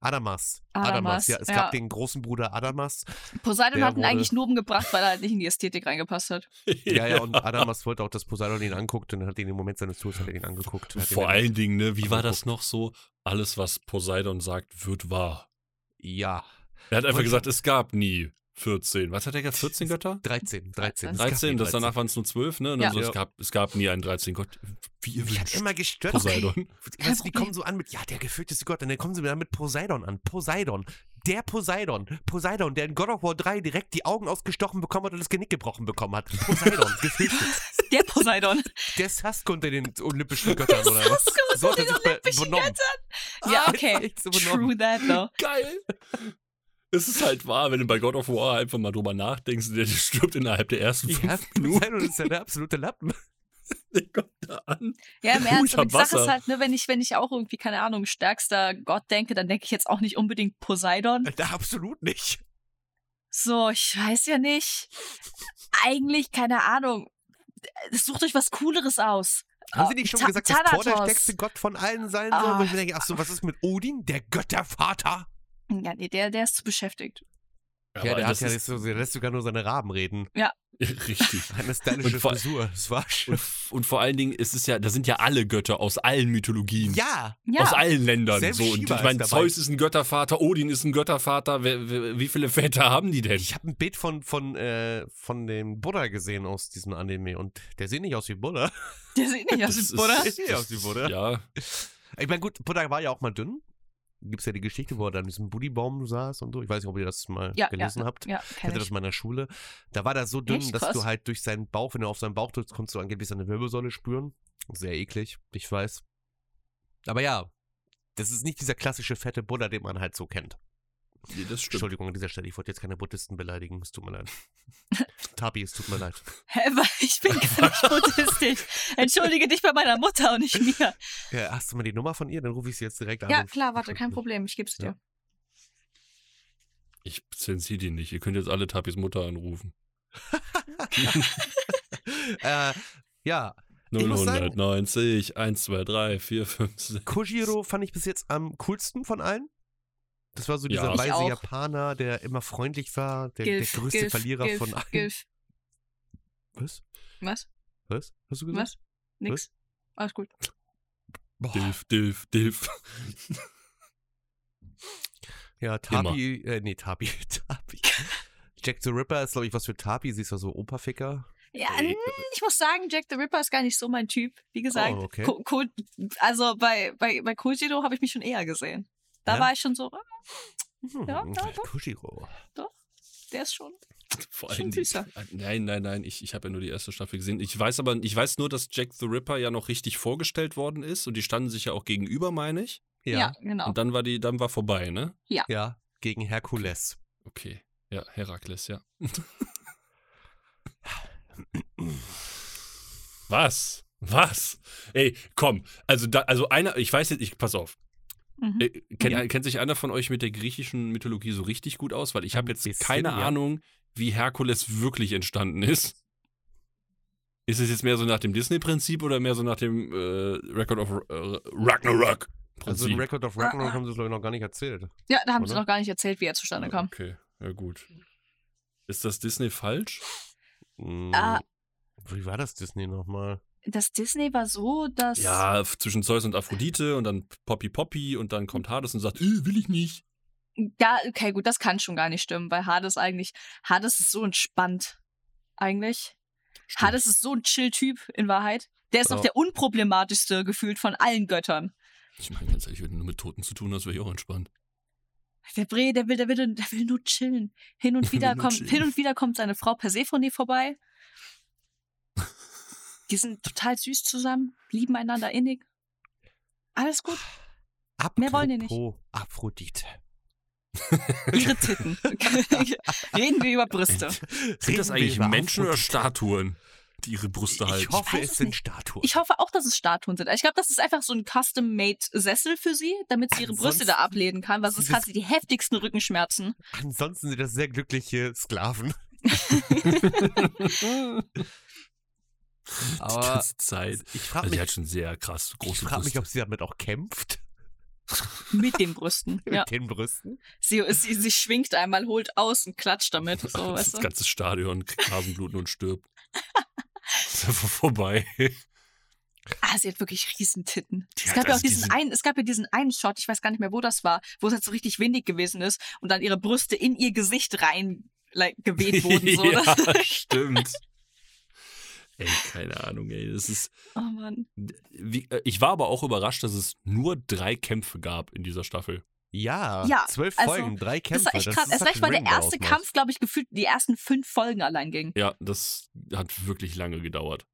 A: Adamant? Adamas.
B: Adamas,
A: ja. Es
B: ja.
A: gab den großen Bruder Adamas.
B: Poseidon
A: Der
B: hat ihn
A: wurde-
B: eigentlich nur umgebracht, weil er halt nicht in die Ästhetik reingepasst hat.
A: Ja, ja, und Adamas wollte auch, dass Poseidon ihn anguckt und hat ihn im Moment seines Todes hat er ihn angeguckt. Hat ihn
C: Vor
A: dann-
C: allen Dingen, ne, wie war
A: Aber
C: das
A: guck.
C: noch so? Alles, was Poseidon sagt, wird wahr.
A: Ja,
C: Er hat einfach
A: Und-
C: gesagt, es gab nie 14. Was hat er gesagt? 14 Götter?
A: 13, 13. es gab
C: 13,
A: die
C: das danach waren es nur 12, ne? Und
B: Ja.
C: dann so, es,
A: Ja.
C: gab, es gab nie einen 13 Gott. Wie ihr
A: Ich hab
C: wünscht,
A: immer gestört.
C: Poseidon.
B: Kein
A: Weißt du, die
B: Problem.
A: kommen so an mit, ja, der gefürchteste Gott, und dann kommen sie dann mit Poseidon an. Poseidon. Der Poseidon. Poseidon, der in God of War 3 direkt die Augen ausgestochen bekommen hat und das Genick gebrochen bekommen hat. Poseidon, gefürchtet.
B: Der Poseidon.
A: Der ist Sasko unter den olympischen Göttern, oder was? So hat er sich be-
B: olympischen
A: benommen.
B: Ja,
A: Ah,
B: okay.
A: echt so benommen.
B: True that, though.
C: Geil. Es ist halt wahr, wenn du bei God of War einfach mal drüber nachdenkst, der stirbt innerhalb der ersten
A: Ja,
C: fünf Minuten.
A: Poseidon ist ja der absolute Lappen.
C: Der kommt da an.
B: Ja, im Ernst.
C: Unter
B: Aber die Sache
C: Wasser.
B: ist halt, ne, wenn ich, wenn ich auch irgendwie, keine Ahnung, stärkster Gott denke, dann denke ich jetzt auch nicht unbedingt Poseidon.
A: Da absolut nicht.
B: So, ich weiß ja nicht. Eigentlich, keine Ahnung. Sucht euch was Cooleres aus.
A: Haben sie nicht schon
B: Ta-
A: gesagt, dass Thor der
B: Thanatos.
A: stärkste Gott von allen sein soll?
B: Ah.
A: Und ich mir denke, ach so, was ist mit Odin? Der Göttervater?
B: Ja, nee, der, der ist zu beschäftigt.
A: ja, der, hat ja
C: das
A: so, der lässt sogar nur seine Raben reden.
C: ist richtig.
A: Hat eine stylische
C: Und vor-
A: Frisur. Das war schön.
C: Und, und vor allen Dingen, es ist ja, da sind ja alle Götter aus allen Mythologien.
A: Ja,
B: Ja,
C: Aus allen Ländern.
A: Selbst
C: so. Und ich
A: Shiva ist
C: meine,
A: dabei.
C: Zeus ist ein Göttervater, Odin ist ein Göttervater. Wer, wer, wie viele Väter haben die denn?
A: ich habe ein Bild von, von, äh, von dem Buddha gesehen aus diesem Anime und der sieht nicht aus wie Buddha.
B: der sieht nicht aus
C: Das
B: wie Buddha.
A: Sieht nicht aus wie Buddha.
C: Ja.
A: Ich meine, gut, Buddha war ja auch mal dünn. Gibt's ja die Geschichte, wo er dann an diesem Buddybaum saß und so. Ich weiß nicht, ob ihr das mal
B: Ja,
A: gelesen habt.
B: Ja,
A: Ich
B: kenn
A: hatte das
B: ich.
A: in meiner Schule. Da war das so dünn,
B: Echt?
A: dass du
B: Krass.
A: halt durch seinen Bauch, wenn du auf seinen Bauch drückst, kommst du angeblich seine Wirbelsäule spüren. Sehr eklig, ich weiß. Aber ja, das ist nicht dieser klassische fette Buddha, den man halt so kennt.
C: Nee, das stimmt.
A: Entschuldigung an dieser Stelle, ich wollte jetzt keine Buddhisten beleidigen, es tut mir leid. Tabi, es tut mir leid.
B: Hä, aber ich bin gar nicht buddhistisch. Entschuldige dich bei meiner Mutter und nicht mir.
A: Ja, hast du mal die Nummer von ihr? Dann rufe ich sie jetzt direkt an.
B: Ja,
A: und-
B: klar, warte, kein Problem, ich geb's dir.
C: Ich zensiere die nicht. Ihr könnt jetzt alle Tapis Mutter anrufen.
A: Äh, ja, Ich muss sagen-
C: 090, 1, 2, 3, 4, 5, 6.
A: Kojiro fand ich bis jetzt am coolsten von allen. Das war so
C: Ja.
A: dieser
C: Ich
A: weise
B: auch.
A: Japaner, der immer freundlich war, der,
B: Gilf,
A: der größte
B: Gilf,
A: Verlierer
B: Gilf,
A: von allen.
B: Gilf.
A: Was?
B: Was?
A: Was? Hast du gesagt?
B: Was? Nix. Alles gut.
A: Boah,
C: Dilf, Dilf, Dilf.
A: Ja, Tapi, äh, nee, Tapi, Tapi. Jack the Ripper ist, glaube ich, was für Tapi. Sie ist ja so Operficker. Äh,
B: Ja,
C: Ey.
B: n- ich muss sagen, Jack the Ripper ist gar nicht so mein Typ. Wie gesagt,
A: Oh, okay.
B: Ko Ko also bei, bei, bei Kojiro habe ich mich schon eher gesehen. Da
A: Ja?
B: war ich schon so, ah,
A: Hm,
B: Ja, ja, doch.
A: Kujiro.
B: der ist schon.
C: Vor
B: Schon
C: allen Dingen.
B: süßer.
C: Nein, nein, nein. Ich, ich habe ja nur die erste Staffel gesehen. Ich weiß aber, ich weiß nur, dass Jack the Ripper ja noch richtig vorgestellt worden ist und die standen sich ja auch gegenüber, meine ich.
B: Ja,
A: Ja,
B: genau.
C: Und dann war die, dann war vorbei, ne?
A: ja, gegen Herkules.
C: Okay. Ja, Herakles, ja. Was? Was? Ey, komm. Also, da, also einer, ich weiß jetzt, ich, pass auf.
B: Mhm.
A: Hm.
C: Äh, kennt, kennt sich einer von euch mit der griechischen Mythologie so richtig gut aus? Weil ich habe
A: Ein
C: jetzt
A: bisschen,
C: keine
A: ja.
C: Ahnung, wie Herkules wirklich entstanden ist. Ist es jetzt mehr so nach dem Disney-Prinzip oder mehr so nach dem äh, Record of äh,
A: Also, den
C: Ragnarok-Prinzip?
A: Record of
B: Ah,
A: Ragnarok haben sie, glaube ich, noch gar nicht erzählt.
B: Ja, da haben sie
A: oder?
B: noch gar nicht erzählt, wie er zustande kam.
C: okay, ja gut. Ist das Disney falsch?
A: Hm,
B: Ah.
A: Wie war das Disney nochmal?
B: Das Disney war so, dass.
C: Ja, f- zwischen Zeus und Aphrodite und dann Poppy Poppy und dann
A: Hm.
C: kommt Hades und sagt, äh, will ich nicht.
B: Ja, okay, gut, das kann schon gar nicht stimmen, weil Hades eigentlich. Hades ist so entspannt. Eigentlich.
C: Stimmt.
B: Hades ist so ein Chill-Typ in Wahrheit. Der ist
A: Ja.
B: noch der unproblematischste gefühlt von allen Göttern.
C: Ich meine, ganz ehrlich, wenn du nur mit Toten zu tun hast, wäre ich auch entspannt.
B: Der Bre, der will, der will, der will nur chillen. Hin und
C: Der will
B: wieder
C: nur
B: kommt,
C: chillen.
B: hin und wieder kommt seine Frau Persephone vorbei. Die sind total süß zusammen, lieben einander innig. Alles gut. Mehr wollen die nicht.
A: Apropos Aphrodite.
B: Ihre Titten. Reden wir über Brüste.
C: Sind
A: Reden
C: das
A: wir
C: eigentlich
A: über
C: Menschen oder
A: Aphrodite?
C: Statuen, die ihre Brüste halten?
A: Ich hoffe,
B: weiß
A: es
B: es
A: sind
B: nicht.
A: Statuen.
B: Ich hoffe auch, dass es Statuen sind. Ich glaube, das ist einfach so ein Custom-Made-Sessel für sie, damit sie ihre Brüste
A: Ansonsten-
B: da ablehnen kann, weil sonst
A: Das-
B: hat sie die heftigsten Rückenschmerzen.
A: Ansonsten sind das sehr glückliche Sklaven.
C: die
A: Aber
C: ganze Zeit.
A: ich frage
C: Also, die
A: mich,
C: hat schon sehr krass
A: ich
C: große
A: frag mich,
C: Brüste.
A: ob sie damit auch kämpft.
B: Mit den Brüsten. Ja.
A: Mit den Brüsten.
B: Sie, sie, sie schwingt einmal, holt aus und klatscht damit. So,
C: das
B: weißt du?
C: ganze Stadion kriegt Nasenbluten und stirbt. ist einfach vorbei.
B: Ah, sie hat wirklich Riesentitten.
C: Die
B: es,
C: hat
B: gab ja auch
C: also
B: diesen
C: diesen-
B: einen, es gab ja diesen einen Shot, ich weiß gar nicht mehr, wo das war, wo es halt so richtig windig gewesen ist und dann ihre Brüste in ihr Gesicht rein like, geweht wurden. So.
C: ja,
B: Das-
C: stimmt. Ey, keine Ahnung, ey. Das ist.
B: oh Mann.
C: Wie, äh, ich war aber auch überrascht, dass es nur drei Kämpfe gab in dieser Staffel.
A: Ja,
B: Ja,
A: zwölf
B: also,
A: Folgen, drei Kämpfe.
B: Das war echt krass.
A: ist
B: Erst
A: halt
B: recht, weil der
A: Rainbow
B: erste
A: Ausmaß.
B: Kampf, glaube ich, gefühlt die ersten fünf Folgen allein ging.
C: Ja, das hat wirklich lange gedauert.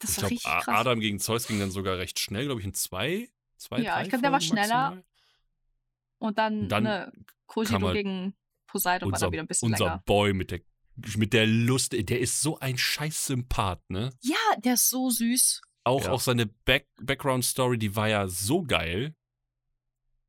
B: Das
C: ich
B: war
C: glaube,
B: richtig krass.
C: Adam gegen Zeus ging dann sogar recht schnell, glaube ich, in zwei, zwei
B: Ja,
C: drei
B: ich glaub, der war
C: Folgen maximal.
B: und dann,
C: dann
B: ne,
C: kam
B: Kosido
C: halt
B: gegen Poseidon war
C: Unser,
B: dann wieder ein bisschen
C: unser
B: länger.
C: Boy mit der, mit der Lust, der ist so ein scheiß Sympath, ne?
B: Ja, der ist so süß.
C: Auch,
A: Ja.
C: auch seine Back Background-Story, die war ja so geil.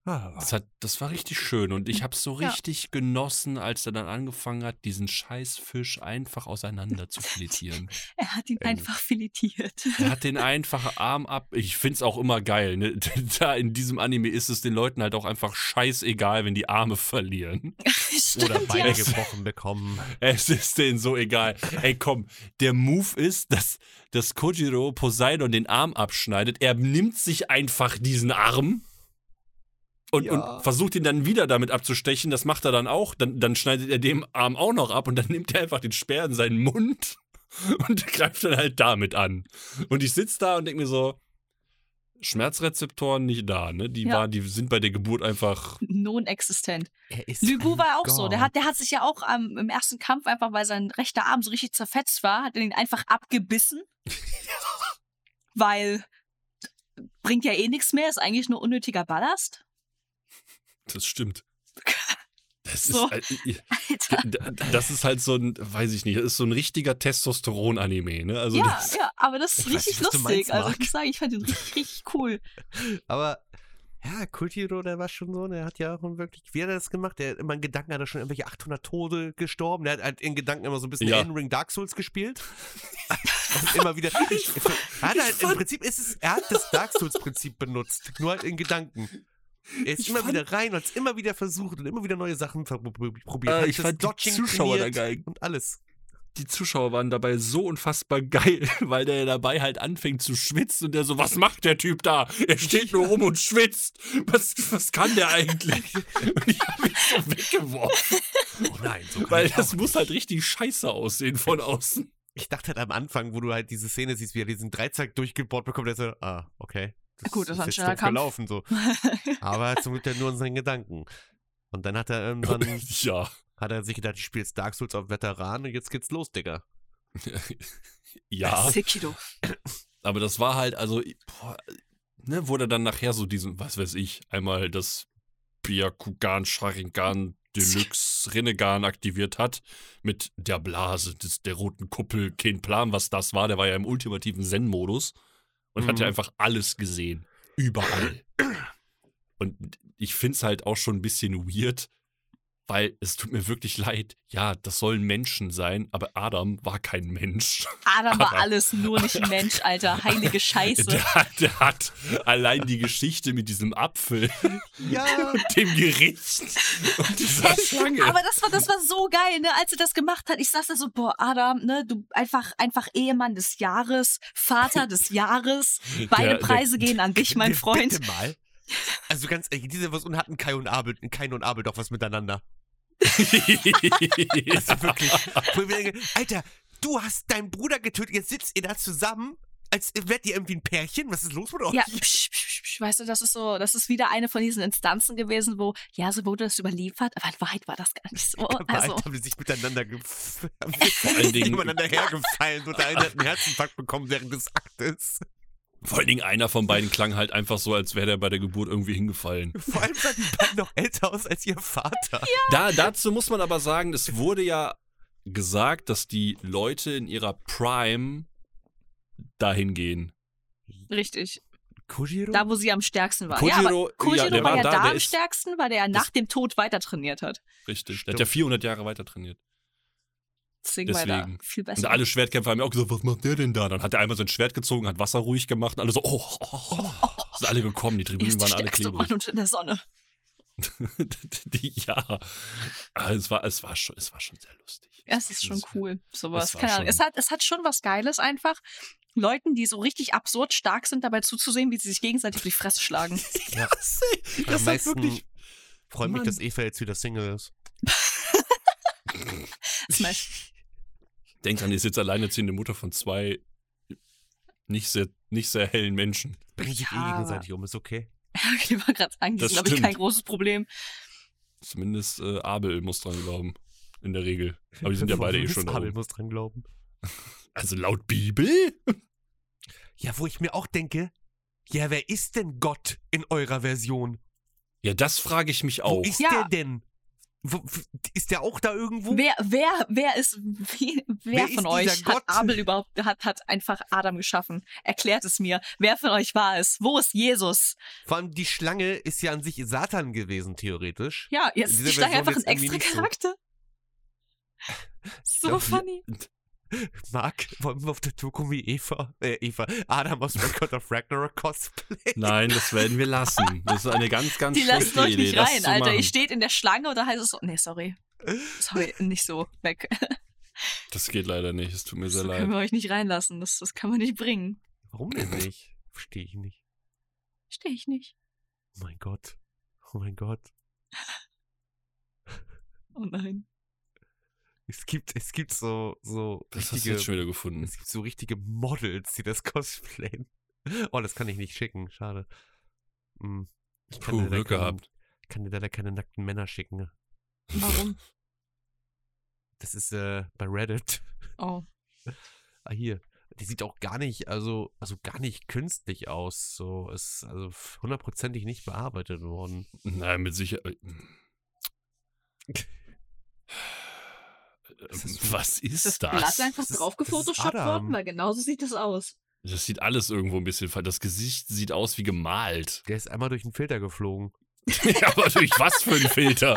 A: Ah,
C: Das, hat, das war richtig schön und ich habe es so
B: Mhm. Ja.
C: richtig genossen, als er dann angefangen hat, diesen scheiß Fisch einfach auseinander zu filetieren.
B: Er hat ihn
C: Ähm.
B: einfach filetiert.
C: Er hat den einfachen Arm ab. Ich find's auch immer geil. Ne? Da in diesem Anime ist es den Leuten halt auch einfach scheißegal, wenn die Arme verlieren.
B: Stimmt,
A: oder beide
B: ja.
A: gebrochen bekommen.
C: Es ist denen so egal. Ey, komm, der Move ist, dass, dass Kojiro Poseidon den Arm abschneidet. Er nimmt sich einfach diesen Arm. Und,
A: Ja.
C: und versucht ihn dann wieder damit abzustechen. Das macht er dann auch. Dann, dann schneidet er dem Arm auch noch ab und dann nimmt er einfach den Speer in seinen Mund und greift dann halt damit an. Und ich sitze da und denke mir so, Schmerzrezeptoren nicht da, ne? Die,
B: Ja.
C: waren, die sind bei der Geburt einfach.
B: Non-existent.
A: Er ist
B: Lübu
A: ein
B: war auch so. Der
A: Gott.
B: hat, der hat sich ja auch ähm, im ersten Kampf einfach, weil sein rechter Arm so richtig zerfetzt war, hat er ihn einfach abgebissen. weil bringt ja eh nichts mehr, ist eigentlich nur unnötiger Ballast.
C: Das stimmt. Das
B: So.
C: ist. Halt,
B: Alter.
C: D- d- Das ist halt so ein, weiß ich nicht, das ist so ein richtiger Testosteron-Anime, ne? Also
B: ja,
C: das,
B: ja, aber das ist
A: Ich weiß
B: richtig
A: nicht, was du
B: lustig.
A: meinst,
B: also ich
A: Marc.
B: muss sagen, ich fand ihn richtig, richtig cool.
A: Aber ja, Kultiro, der war schon so, der hat ja auch wirklich, wie hat er das gemacht? Der hat immer in Gedanken, hat er schon irgendwelche 800 Tode gestorben. Der hat halt in Gedanken immer so ein bisschen
C: Ja.
A: Elden Ring Dark Souls gespielt. Und immer wieder. er hat halt, Im Prinzip ist es, er hat das Dark Souls-Prinzip benutzt, nur halt in Gedanken. Er ist
C: Ich
A: immer
C: fand-
A: wieder rein und hat es immer wieder versucht und immer wieder neue Sachen ver- prob- probiert.
C: äh,
A: Hat
C: ich
A: das
C: fand die
A: Dodging
C: Zuschauer da
A: trainiert
C: geil.
A: Und alles.
C: Die Zuschauer waren dabei so unfassbar geil, weil der dabei halt anfängt zu schwitzen und der so, was macht der Typ da? Er steht nur rum und schwitzt. Was, was kann der eigentlich? Und ich hab mich so weggeworfen,
A: Oh nein, so kann
C: weil
A: ich
C: das
A: auch
C: muss
A: nicht.
C: halt richtig scheiße aussehen von außen.
A: Ich dachte halt am Anfang, wo du halt diese Szene siehst, wie er diesen Dreizack durchgebohrt bekommt, der so, ah, okay.
B: Gut, das war ein
A: jetzt
B: schneller
A: doof
B: Kampf.
A: gelaufen so. Aber er hat zum Glück ja nur in seinen Gedanken. Und dann hat er irgendwann
C: ja.
A: hat er sich gedacht, ich spiele jetzt Dark Souls auf Veteran und jetzt geht's los, Digga.
C: Ja.
B: Sekido.
C: Aber das war halt, also, boah, ne, wurde dann nachher so diesen, was weiß ich, einmal das Byakugan Sharingan Deluxe Rinnegan aktiviert hat mit der Blase des, der roten Kuppel, kein Plan, was das war. Der war ja im ultimativen Zen-Modus und hat
A: Mhm.
C: ja einfach alles gesehen. Überall. Und ich find's halt auch schon ein bisschen weird, weil es tut mir wirklich leid. Ja, das sollen Menschen sein, aber Adam war kein Mensch.
B: Adam war alles nur nicht ein Mensch, Alter. Heilige Scheiße.
C: Der, hat- der hat allein die Geschichte mit diesem Apfel,
A: Ja.
C: dem Gericht und dieser Schlange.
B: Aber das war, das war so geil, ne? Als er das gemacht hat, ich saß da so, boah, Adam, ne, du einfach, einfach Ehemann des Jahres, Vater des Jahres. Beide
C: Der-
B: Preise gehen an dich, mein Freund.
A: Bitte mal. Also ganz ehrlich, diese Version hatten Kai und Abel, Kai und Abel doch was miteinander. Also
C: Der,
A: Wirklich. Wo ich mir denke, Alter, du hast deinen Bruder getötet, jetzt sitzt ihr da zusammen. als wärt ihr irgendwie ein Pärchen? Was ist los mit euch?
B: Ja, psch, psch, psch, weißt du, das ist so, das ist wieder eine von diesen Instanzen gewesen, wo, ja, so wurde das überliefert, aber in Wahrheit war das gar nicht so. Also,
A: Also. haben die sich miteinander gef-
C: Vor allen Dingen,
A: nebeneinander hergefallen und der eine hat einen Herzinfarkt bekommen während des Aktes.
C: vor allen Dingen einer von beiden klang halt einfach so, als wäre der bei der Geburt irgendwie hingefallen.
A: Vor allem sahen die beiden noch älter aus als ihr Vater.
C: Da, dazu muss man aber sagen, es wurde ja gesagt, dass die Leute in ihrer Prime dahin gehen.
B: richtig.
A: Kujiro?
B: Da, wo sie am stärksten war. ja, aber
C: Kojiro,
B: Kojiro
C: ja, der
B: war
C: war
B: ja
C: da,
B: da,
C: der
B: am
C: ist-
B: stärksten, weil er ja nach dem Tod weiter trainiert hat.
C: Richtig.
A: Stimmt.
C: Der hat ja 400 Jahre weiter trainiert.
B: Deswegen, war er da
C: Deswegen.
B: viel
C: Und
B: besser.
C: alle Schwertkämpfer haben ja auch gesagt, was macht der denn da? Dann hat er einmal sein Schwert gezogen, hat Wasser ruhig gemacht und alle so, oh, oh, oh, oh. sind alle gekommen,
B: er
C: die Tribünen
B: ist der
C: waren alle
B: stärkste Mann
C: klebrig.
B: und in der Sonne.
C: die, ja, Aber es war, es, war schon, es war schon sehr lustig.
B: Ja, es ist schon cool, sowas.
C: es war
B: Keine Ahnung.
C: schon-
B: Es hat, es hat schon was Geiles einfach. Leuten, die so richtig absurd stark sind, dabei zuzusehen, wie sie sich gegenseitig auf die Fresse schlagen.
A: Ja.
C: Das, ey,
A: Am
C: das hat
A: meisten
C: wirklich...
A: freut mich,
C: Mann.
A: dass Eva jetzt wieder Single ist.
C: Denk dran, ihr sitzt alleinerziehende Mutter von zwei nicht sehr, nicht sehr hellen Menschen.
A: Bringt sich eh
B: Ja.
A: gegenseitig um, ist okay.
B: Ich wollte gerade sagen, das
C: Das
B: ist, glaube ich, kein
C: stimmt.
B: großes Problem.
C: Zumindest äh, Abel muss dran glauben. In der Regel. Aber die sind ja beide eh schon da
A: Abel
C: oben.
A: muss dran glauben.
C: Also laut Bibel?
A: Ja, wo ich mir auch denke, ja, wer ist denn Gott in eurer Version?
C: Ja, das frage ich mich
A: Wo
C: auch.
A: ist
B: Ja.
A: der denn? Wo, w- ist der auch da irgendwo?
B: Wer, wer, wer ist, wer, wer
A: Wer ist
B: von euch
A: dieser
B: hat
A: Gott?
B: Abel überhaupt, hat, hat einfach Adam geschaffen? Erklärt es mir. Wer von euch war es? Wo ist Jesus?
A: Vor allem die Schlange ist ja an sich Satan gewesen, theoretisch.
B: Ja, jetzt
A: Diese
B: ist da
A: Version
B: einfach ein
A: jetzt irgendwie
B: extra
A: nicht so.
B: Charakter. So
C: glaub, wir-
B: funny.
A: Marc, wollen wir auf der Doku wie Eva, äh, Eva, Adam aus Record of Ragnarok Cosplay?
C: Nein, das werden wir lassen. Das ist eine ganz, ganz
B: Die lassen
C: schlechte
B: euch
C: Idee.
B: nicht
C: das
B: rein,
C: zu
B: Alter.
C: machen.
B: Ihr steht in der Schlange und da heißt es so, nee, sorry. Sorry, nicht so weg.
C: Das geht leider nicht. Es tut mir sehr
B: so können
C: leid.
B: wir euch nicht reinlassen. Das, das kann man nicht bringen.
A: Warum denn nicht? Verstehe ich nicht.
B: Verstehe ich nicht.
A: Oh mein Gott. Oh mein Gott.
B: Oh nein.
A: Es gibt, es gibt so, so
C: Das hast du jetzt schon wieder gefunden.
A: es gibt so richtige Models, die das cosplayen. Oh, das kann ich nicht schicken, schade. Hm. Ich kann
C: Puh,
A: leider
C: Glück
A: keinen-
C: gehabt.
A: kann dir leider keine nackten Männer schicken.
B: Warum?
A: Das ist äh, bei Reddit.
B: Oh.
A: Ah, hier. Die sieht auch gar nicht, also, also gar nicht künstlich aus. So ist also f- hundertprozentig nicht bearbeitet worden.
C: Nein, mit äh, Sicherheit.
A: Das ist-
C: ähm, Was ist
B: das
C: das?
B: Blatt einfach
A: Das ist-
B: drauf gefotoshoppt
A: das ist Adam.
B: worden, weil genauso sieht das aus.
C: Das sieht alles irgendwo ein bisschen. ver- Das Gesicht sieht aus wie gemalt.
A: Der ist einmal durch den Filter geflogen.
C: Aber durch was für ein Filter?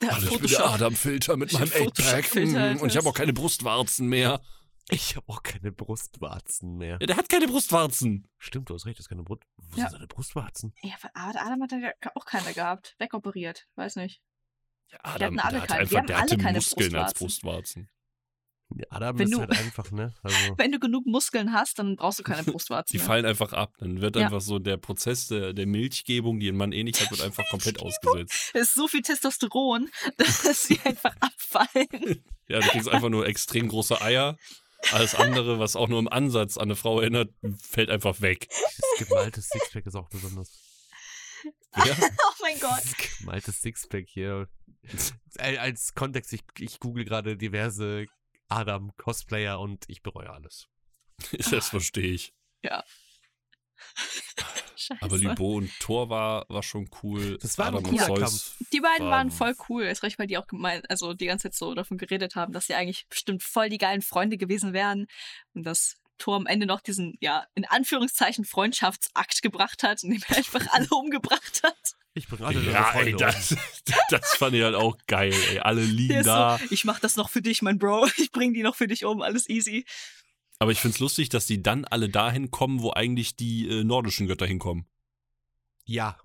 B: Da,
C: Ah, das ist der Adam-Filter mit
B: Ich hab
C: meinem 8-Pack.
B: Photoshop-Filter,
C: Mm,
B: Alter.
C: Und ich habe auch keine Brustwarzen mehr.
A: Ich habe auch keine Brustwarzen mehr.
C: Ja, der hat keine Brustwarzen.
A: Stimmt, du hast recht, das ist keine Brust. Wo
B: Ja.
A: sind seine Brustwarzen?
B: Ja, aber Adam hat ja auch keine gehabt. Wegoperiert. Weiß nicht.
C: Ja,
B: hatten alle
C: der
B: keine-
C: hat
B: wir
C: einfach,
B: haben
C: der
B: alle
C: hatte
B: keine
C: Muskeln als Brustwarzen.
A: Ja, Adam
B: Wenn
A: ist
B: du-
A: halt einfach, ne? Also,
B: Wenn du genug Muskeln hast, dann brauchst du keine
C: Die
B: Brustwarzen. mehr.
C: fallen einfach ab. Dann wird
B: Ja.
C: einfach so der Prozess der, der Milchgebung, die ein Mann eh nicht hat, wird einfach komplett ausgesetzt.
B: Es ist so viel Testosteron, dass sie einfach abfallen.
C: Ja, du kriegst einfach nur extrem große Eier. Alles andere, was auch nur im Ansatz an eine Frau erinnert, fällt einfach weg.
A: dieses gemalte Sixpack ist auch besonders.
C: Ja?
B: Oh mein Gott.
A: Dieses gemalte Sixpack hier. Äh, Als Kontext, ich, ich google gerade diverse Adam-Cosplayer und ich bereue alles.
C: Das verstehe ich.
B: Scheiße.
C: Aber Libo und Thor war, war schon cool.
A: Das war ein
C: Adam und
A: cooler
C: Zeus
A: Kampf.
B: die beiden
C: war-
B: waren voll cool. Ist recht, weil die auch gemeint, also die ganze Zeit so davon geredet haben, dass sie eigentlich bestimmt voll die geilen Freunde gewesen wären. Und dass Thor am Ende noch diesen, ja, in Anführungszeichen Freundschaftsakt gebracht hat, indem er einfach alle umgebracht hat.
A: Ich bringe alle deine
C: Ja,
A: Freunde
C: ey,
A: um.
C: das, das fand ich halt auch geil, ey. Alle liegen
B: Der ist
C: da.
B: so, ich mach das noch für dich, mein Bro. Ich bring die noch für dich um, alles easy.
C: Aber ich find's lustig, dass die dann alle dahin kommen, wo eigentlich die äh, nordischen Götter hinkommen.
A: Ja,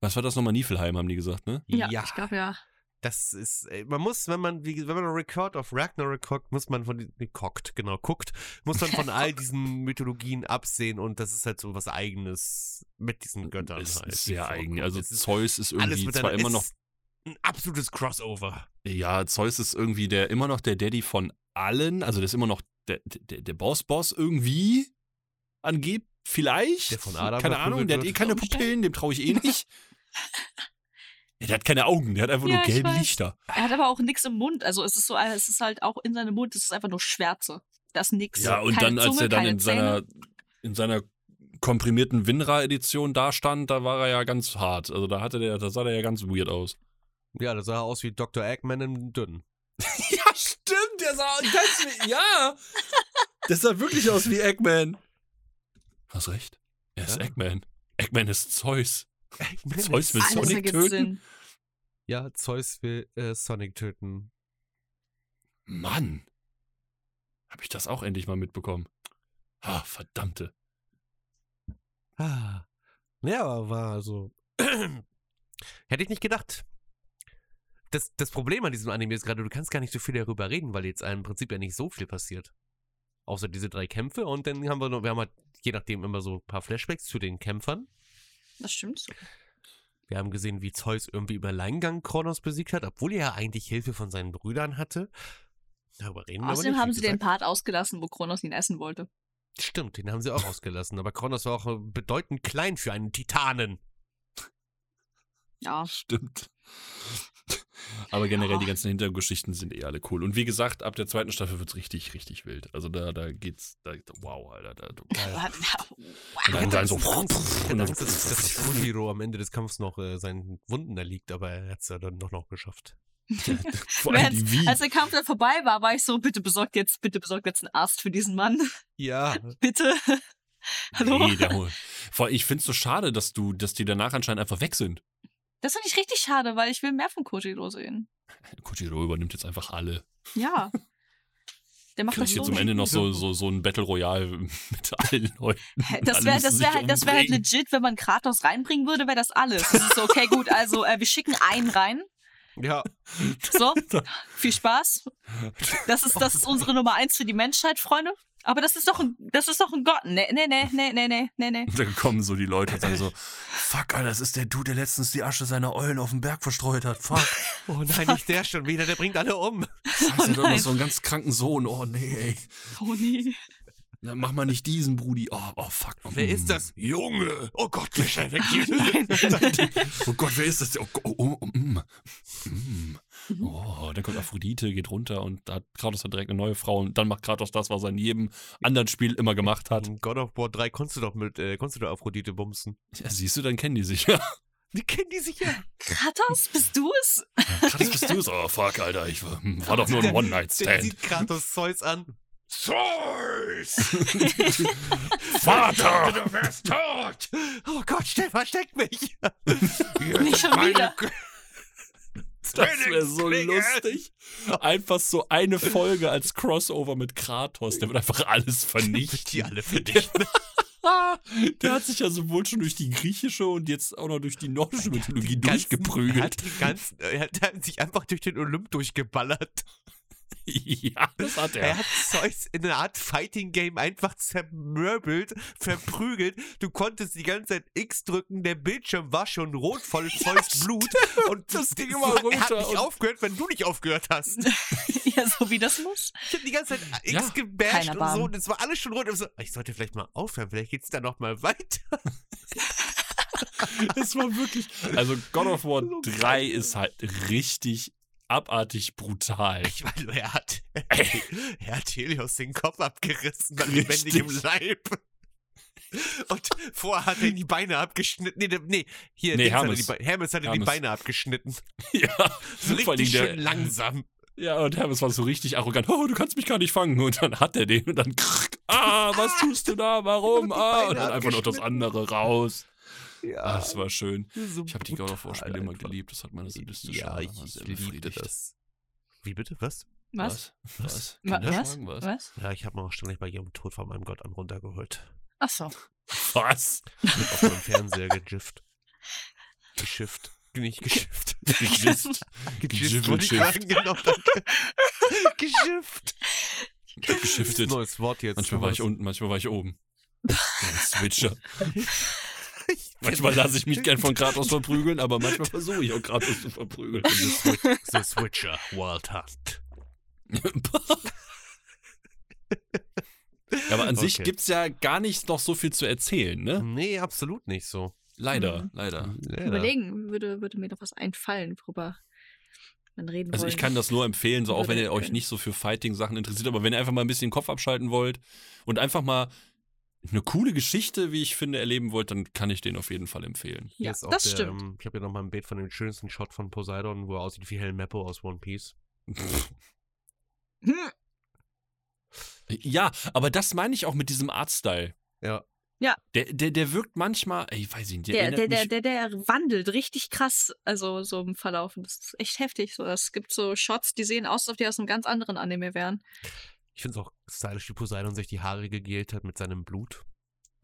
C: Was war das nochmal? Niflheim, haben die gesagt, ne?
B: Ja,
A: ja.
B: ich glaube ja.
A: Das ist, äh, man muss, wenn man, wie, wenn man Record of Ragnarok guckt, muss man von, den- nee, guckt, genau, guckt, muss man von all diesen Mythologien absehen und das ist halt so was Eigenes mit diesen Göttern.
C: Das
A: halt,
C: ist
A: die
C: sehr
A: vorkommen.
C: eigen. Also
A: Es ist
C: Zeus ist
A: alles
C: irgendwie
A: miteinander.
C: zwar immer noch,
A: Es ist ein absolutes Crossover.
C: ja, Zeus ist irgendwie der immer noch der Daddy von allen, also der ist immer noch der, der, der Boss-Boss irgendwie angeht, vielleicht.
A: Der von Adam
C: keine Ahnung,
A: verprügelt
C: der hat eh
A: wird.
C: keine Pupillen, dem traue ich eh nicht. Ja, der hat keine Augen, der hat einfach
B: Ja,
C: nur
B: ich
C: gelbe
B: weiß.
C: Lichter.
B: Er hat aber auch nichts im Mund. Also es ist so, es ist halt auch in seinem Mund, es ist einfach nur Schwärze. Das ist nix.
C: Ja, und
B: Keine
C: dann, als
B: Zunge,
C: er dann
B: keine
C: in
B: Zähne.
C: seiner, in seiner komprimierten Winra-Edition da stand, da war er ja ganz hart. Also da hatte der, da sah der ja ganz weird aus.
A: Ja, das sah aus wie Dr. Eggman im Dünnen.
C: Ja, stimmt, der sah ganz wie, ja. Das sah wirklich aus wie Eggman. Hast recht. Er ist
A: Ja.
C: Eggman. Eggman ist Zeus.
A: Eggman
C: Zeus will
B: Alles
C: Sonic
B: ergibt
C: töten.
B: Sinn.
A: Ja, Zeus will äh, Sonic töten.
C: Mann. Hab ich das auch endlich mal mitbekommen. Ah, verdammte.
A: Ah. Ja, aber war so. Hätte ich nicht gedacht. Das, das Problem an diesem Anime ist gerade, du kannst gar nicht so viel darüber reden, weil jetzt im Prinzip ja nicht so viel passiert. Außer diese drei Kämpfe und dann haben wir noch, wir haben halt je nachdem immer so ein paar Flashbacks zu den Kämpfern.
B: Das stimmt so.
A: Wir haben gesehen, wie Zeus irgendwie im Alleingang Kronos besiegt hat, obwohl er ja eigentlich Hilfe von seinen Brüdern hatte. Darüber reden wir aber
B: Außerdem
A: nicht,
B: haben
A: wie
B: sie den
A: gesagt.
B: Part ausgelassen, wo Kronos ihn essen wollte.
A: Stimmt, den haben sie auch ausgelassen, aber Kronos war auch äh, bedeutend klein für einen Titanen.
B: Ja.
C: Stimmt. Aber generell
B: Ja.
C: die ganzen Hintergrundgeschichten sind eh alle cool. Und wie gesagt, ab der zweiten Staffel wird's richtig, richtig wild. Also da, da geht's, da, wow, Alter. Da,
B: Aber-
C: Und dann
A: Ich hätte
C: sein so.
A: Angst, ich
C: Und
A: hätte
C: dann
A: Angst, dass, dass
C: so.
A: Shihiro am Ende des Kampfs noch äh, seinen Wunden erliegt, aber er hat es ja dann doch noch geschafft.
C: Vor allem die Wie.
B: Als der Kampf dann vorbei war, war ich so, bitte besorgt jetzt, bitte besorgt jetzt einen Arzt für diesen Mann.
A: Ja.
B: Bitte. Hallo?
C: Nee, der, Hol- vor allem, ich find's so schade, dass du, dass die danach anscheinend einfach weg sind.
B: Das finde ich richtig schade, weil ich will mehr von Kojiro sehen.
C: Kojiro übernimmt jetzt einfach alle.
B: Ja. Der macht
C: Kriegt
B: das
C: jetzt
B: so.
C: am Ende noch so, so, so ein Battle Royale mit allen Leuten.
B: Hä,
C: und
B: Das
C: alle
B: wäre
C: müssen
B: das wär
C: sich
B: halt, das wär halt
C: umbringen.
B: legit, wenn man Kratos reinbringen würde, wäre das alles. Das ist so, okay, gut, also äh, wir schicken einen rein.
A: Ja.
B: So, viel Spaß. Das ist, das ist unsere Nummer eins für die Menschheit, Freunde. Aber das ist doch ein, das ist doch ein Gott. Ne, Nee, nee, nee, nee, nee, nee, nee, nee.
C: Und dann kommen so die Leute und sagen so: Fuck, Alter, das ist der Dude, der letztens die Asche seiner Eulen auf dem Berg verstreut hat. Fuck.
A: Oh nein, nicht der schon wieder, der bringt alle um.
C: Scheiße,
B: Oh
C: hat doch noch
B: nein.
C: so einen ganz kranken Sohn. Oh nee, ey.
B: Oh nee.
C: Dann mach mal nicht diesen Brudi. Oh, oh fuck.
A: Wer ist das?
C: Junge. Oh Gott, welcher Energie. oh Gott, wer ist das? Oh, Gott, oh, oh, oh, mm.
A: Mhm.
C: Mm. oh, dann kommt Aphrodite, geht runter und da hat Kratos hat direkt eine neue Frau und dann macht Kratos das, was er in jedem anderen Spiel immer gemacht hat.
A: In God of War 3 konntest du doch mit, äh, konntest du doch Aphrodite bumsen.
C: Ja, siehst du, dann kennen die sich. Ja,
A: Die kennen die sich ja.
B: Kratos, bist du es?
C: Kratos bist du so. Oh fuck, Alter, ich war, hm, war doch nur ein
A: Der
C: One-Night-Stand.
A: sieht Kratos Zeus an. Zeus!
C: Vater!
A: Du wärst tot! Oh Gott, Stefan, versteck mich!
C: Äh,
B: Nicht schon wieder.
C: Das wäre so
A: Klinge.
C: lustig. Einfach so eine Folge als Crossover mit Kratos. Der wird einfach alles vernichten.
A: Die alle für dich.
C: Ah, der hat sich ja sowohl schon durch die griechische und jetzt auch noch durch die nordische Mythologie
A: ganzen- Er
C: durchgeprügelt.
A: hat, den ganzen, er hat er hat sich einfach durch den Olymp durchgeballert.
C: Ja, das hat
A: Er
C: er.
A: hat Zeus in einer Art Fighting Game einfach zermöbelt, verprügelt. Du konntest die ganze Zeit X drücken, der Bildschirm war schon rot, voll Zeus Blut. Und
C: das ging
A: es
C: immer
A: war- Er hat
C: runter und-
A: nicht aufgehört, wenn du nicht aufgehört hast.
B: Ja, so wie das muss.
A: Ich hab die ganze Zeit X
C: Ja.
A: gebasht
B: Keiner
A: und
B: Barm.
A: so und es war alles schon rot. Und so, ich sollte vielleicht mal aufhören, vielleicht geht's da nochmal weiter.
C: Das war wirklich. Also, God of War
A: So krass.
C: 3 ist halt richtig abartig brutal.
A: Ich meine, er hat, er hat Helios den Kopf abgerissen an lebendigem
C: Richtig.
A: Leib. Und vorher hat er ihm die Beine abgeschnitten. Nee, der- nee hier,
C: Nee,
A: Dings hat er
C: Hermes.
A: die Beine- Hermes hat er die
C: Hermes.
A: Beine abgeschnitten.
C: Ja,
A: So
C: vor allem
A: richtig
C: der-
A: schön langsam.
C: ja, und Hermes war so richtig arrogant. Oh, du kannst mich gar nicht fangen. Und dann hat er den und dann. krrk, Ah, was tust du da? Warum?
A: Die
C: Ah, und
A: Beine
C: dann einfach noch das
A: abgeschnitten.
C: andere raus. Ah,
A: Ja,
C: das war schön.
A: so
C: Ich habe die God of War
A: brutal
C: Spiele immer
A: einfach.
C: geliebt. Das hat meine sadistische
A: Ja,
C: Ader
A: ich,
C: immer sehr
A: ich liebte
C: befriedigt.
A: das. Wie bitte? Was?
B: Was?
C: Was?
B: Wa- Was?
C: Kinderschlagen? Was?
B: Was?
A: Ja, ich habe mir auch ständig bei ihrem Tod von meinem Gott an runtergeholt.
B: Ach so.
C: Was?
A: Auf meinem Fernseher gejifft. Geschifft. Nicht geschifft.
C: Gejist.
A: Geschifft. wollte ich
C: Gejibbelschifft.
A: sagen, genau, danke. Geschifft.
C: Geschiftet.
A: Neues Wort jetzt.
C: Manchmal war ich
A: Sowas.
C: unten, manchmal war ich oben. Ein Switcher. Manchmal lasse ich mich gern von Kratos verprügeln, aber manchmal versuche ich auch Kratos zu verprügeln.
A: The Switcher, Wild Hunt.
C: Ja, aber an sich
A: Okay.
C: gibt's ja gar nicht noch so viel zu erzählen, ne?
A: Nee, absolut nicht so.
C: Leider,
B: Mhm.
C: leider.
A: Leider.
B: Überlegen, würde, würde mir noch was einfallen, worüber man reden
C: Also
B: wollen.
C: ich kann das nur empfehlen, so auch wenn ihr
B: Würde-
C: euch nicht so für Fighting-Sachen interessiert, aber wenn ihr einfach mal ein bisschen den Kopf abschalten wollt und einfach mal eine coole Geschichte, wie ich finde, erleben wollt, dann kann ich den auf jeden Fall empfehlen.
A: Hier
B: Ja,
A: ist auch
B: das
A: der,
B: stimmt.
A: ähm, Ich habe hier nochmal ein Bild von dem schönsten Shot von Poseidon, wo er aussieht wie Helen Mappo aus One Piece.
C: ähm,
B: Hm,
C: Ja, aber das meine ich auch mit diesem Artstyle.
A: Ja.
B: Ja.
C: Der, der, der wirkt manchmal, ey, ich weiß ich nicht, der,
B: Der,
C: erinnert
B: der, der,
C: mich,
B: der, der wandelt richtig krass, also so im Verlauf. Und Das ist echt heftig. So, es gibt so Shots, die sehen aus, als ob die aus einem ganz anderen Anime wären.
A: Ich finde es auch stylisch, wie Poseidon sich die Haare gegelt hat mit seinem Blut.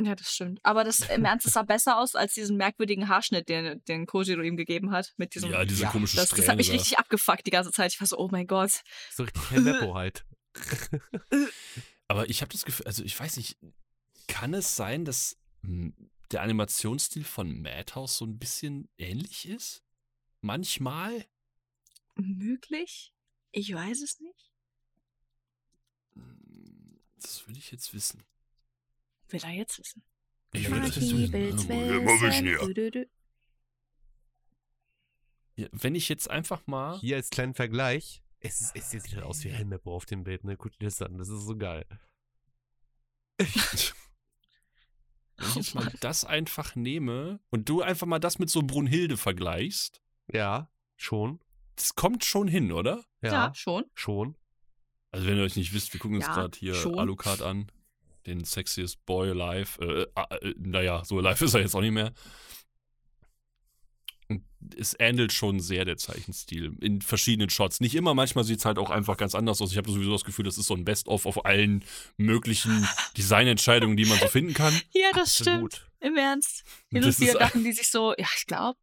B: Ja, das stimmt. Aber das im Ernst, es sah besser aus als diesen merkwürdigen Haarschnitt, den, den Kojiro ihm gegeben hat. Mit diesem,
C: ja, diese
A: Ja,
C: komische
B: das, das hat
C: Strähne
B: mich
C: da.
B: richtig abgefuckt die ganze Zeit. Ich war so, oh mein Gott.
A: So richtig Helen Mappo halt.
C: Aber ich habe das Gefühl, also ich weiß nicht, kann es sein, dass mh, der Animationsstil von Madhouse so ein bisschen ähnlich ist? Manchmal?
B: Möglich? Ich weiß es nicht.
C: Das will ich jetzt wissen.
B: Will er jetzt wissen.
C: Ich
A: will
C: will
A: das
C: das
A: jetzt
C: jetzt
A: wissen.
B: wissen.
C: Ja, wenn ich jetzt einfach mal.
A: Hier als kleinen Vergleich. Es, ist, es sieht halt aus wie Helen Mappo auf dem Bild, ne? Guckt dir das an, das ist so geil.
C: Wenn ich
B: Oh
C: jetzt mal
B: Mann.
C: das einfach nehme und du einfach mal das mit so Brunhilde vergleichst,
A: Ja, schon.
C: das kommt schon hin, oder?
A: Ja,
B: Ja, schon.
A: schon.
C: Also, wenn ihr euch nicht wisst, wir gucken uns
B: Ja,
C: gerade hier
B: schon.
C: Alucard an. Den sexiest Boy alive. Äh, äh, äh, naja, so alive ist er jetzt auch nicht mehr. Und es ähnelt schon sehr der Zeichenstil in verschiedenen Shots. Nicht immer, manchmal sieht es halt auch einfach ganz anders aus. Ich habe sowieso das Gefühl, das ist so ein Best-of auf allen möglichen Designentscheidungen, die man so finden kann.
B: Ja, das stimmt.
A: Absolut.
B: Im Ernst. Hin und
C: Das
B: wieder
C: ist
B: dachten die sich so, ja, ich glaube,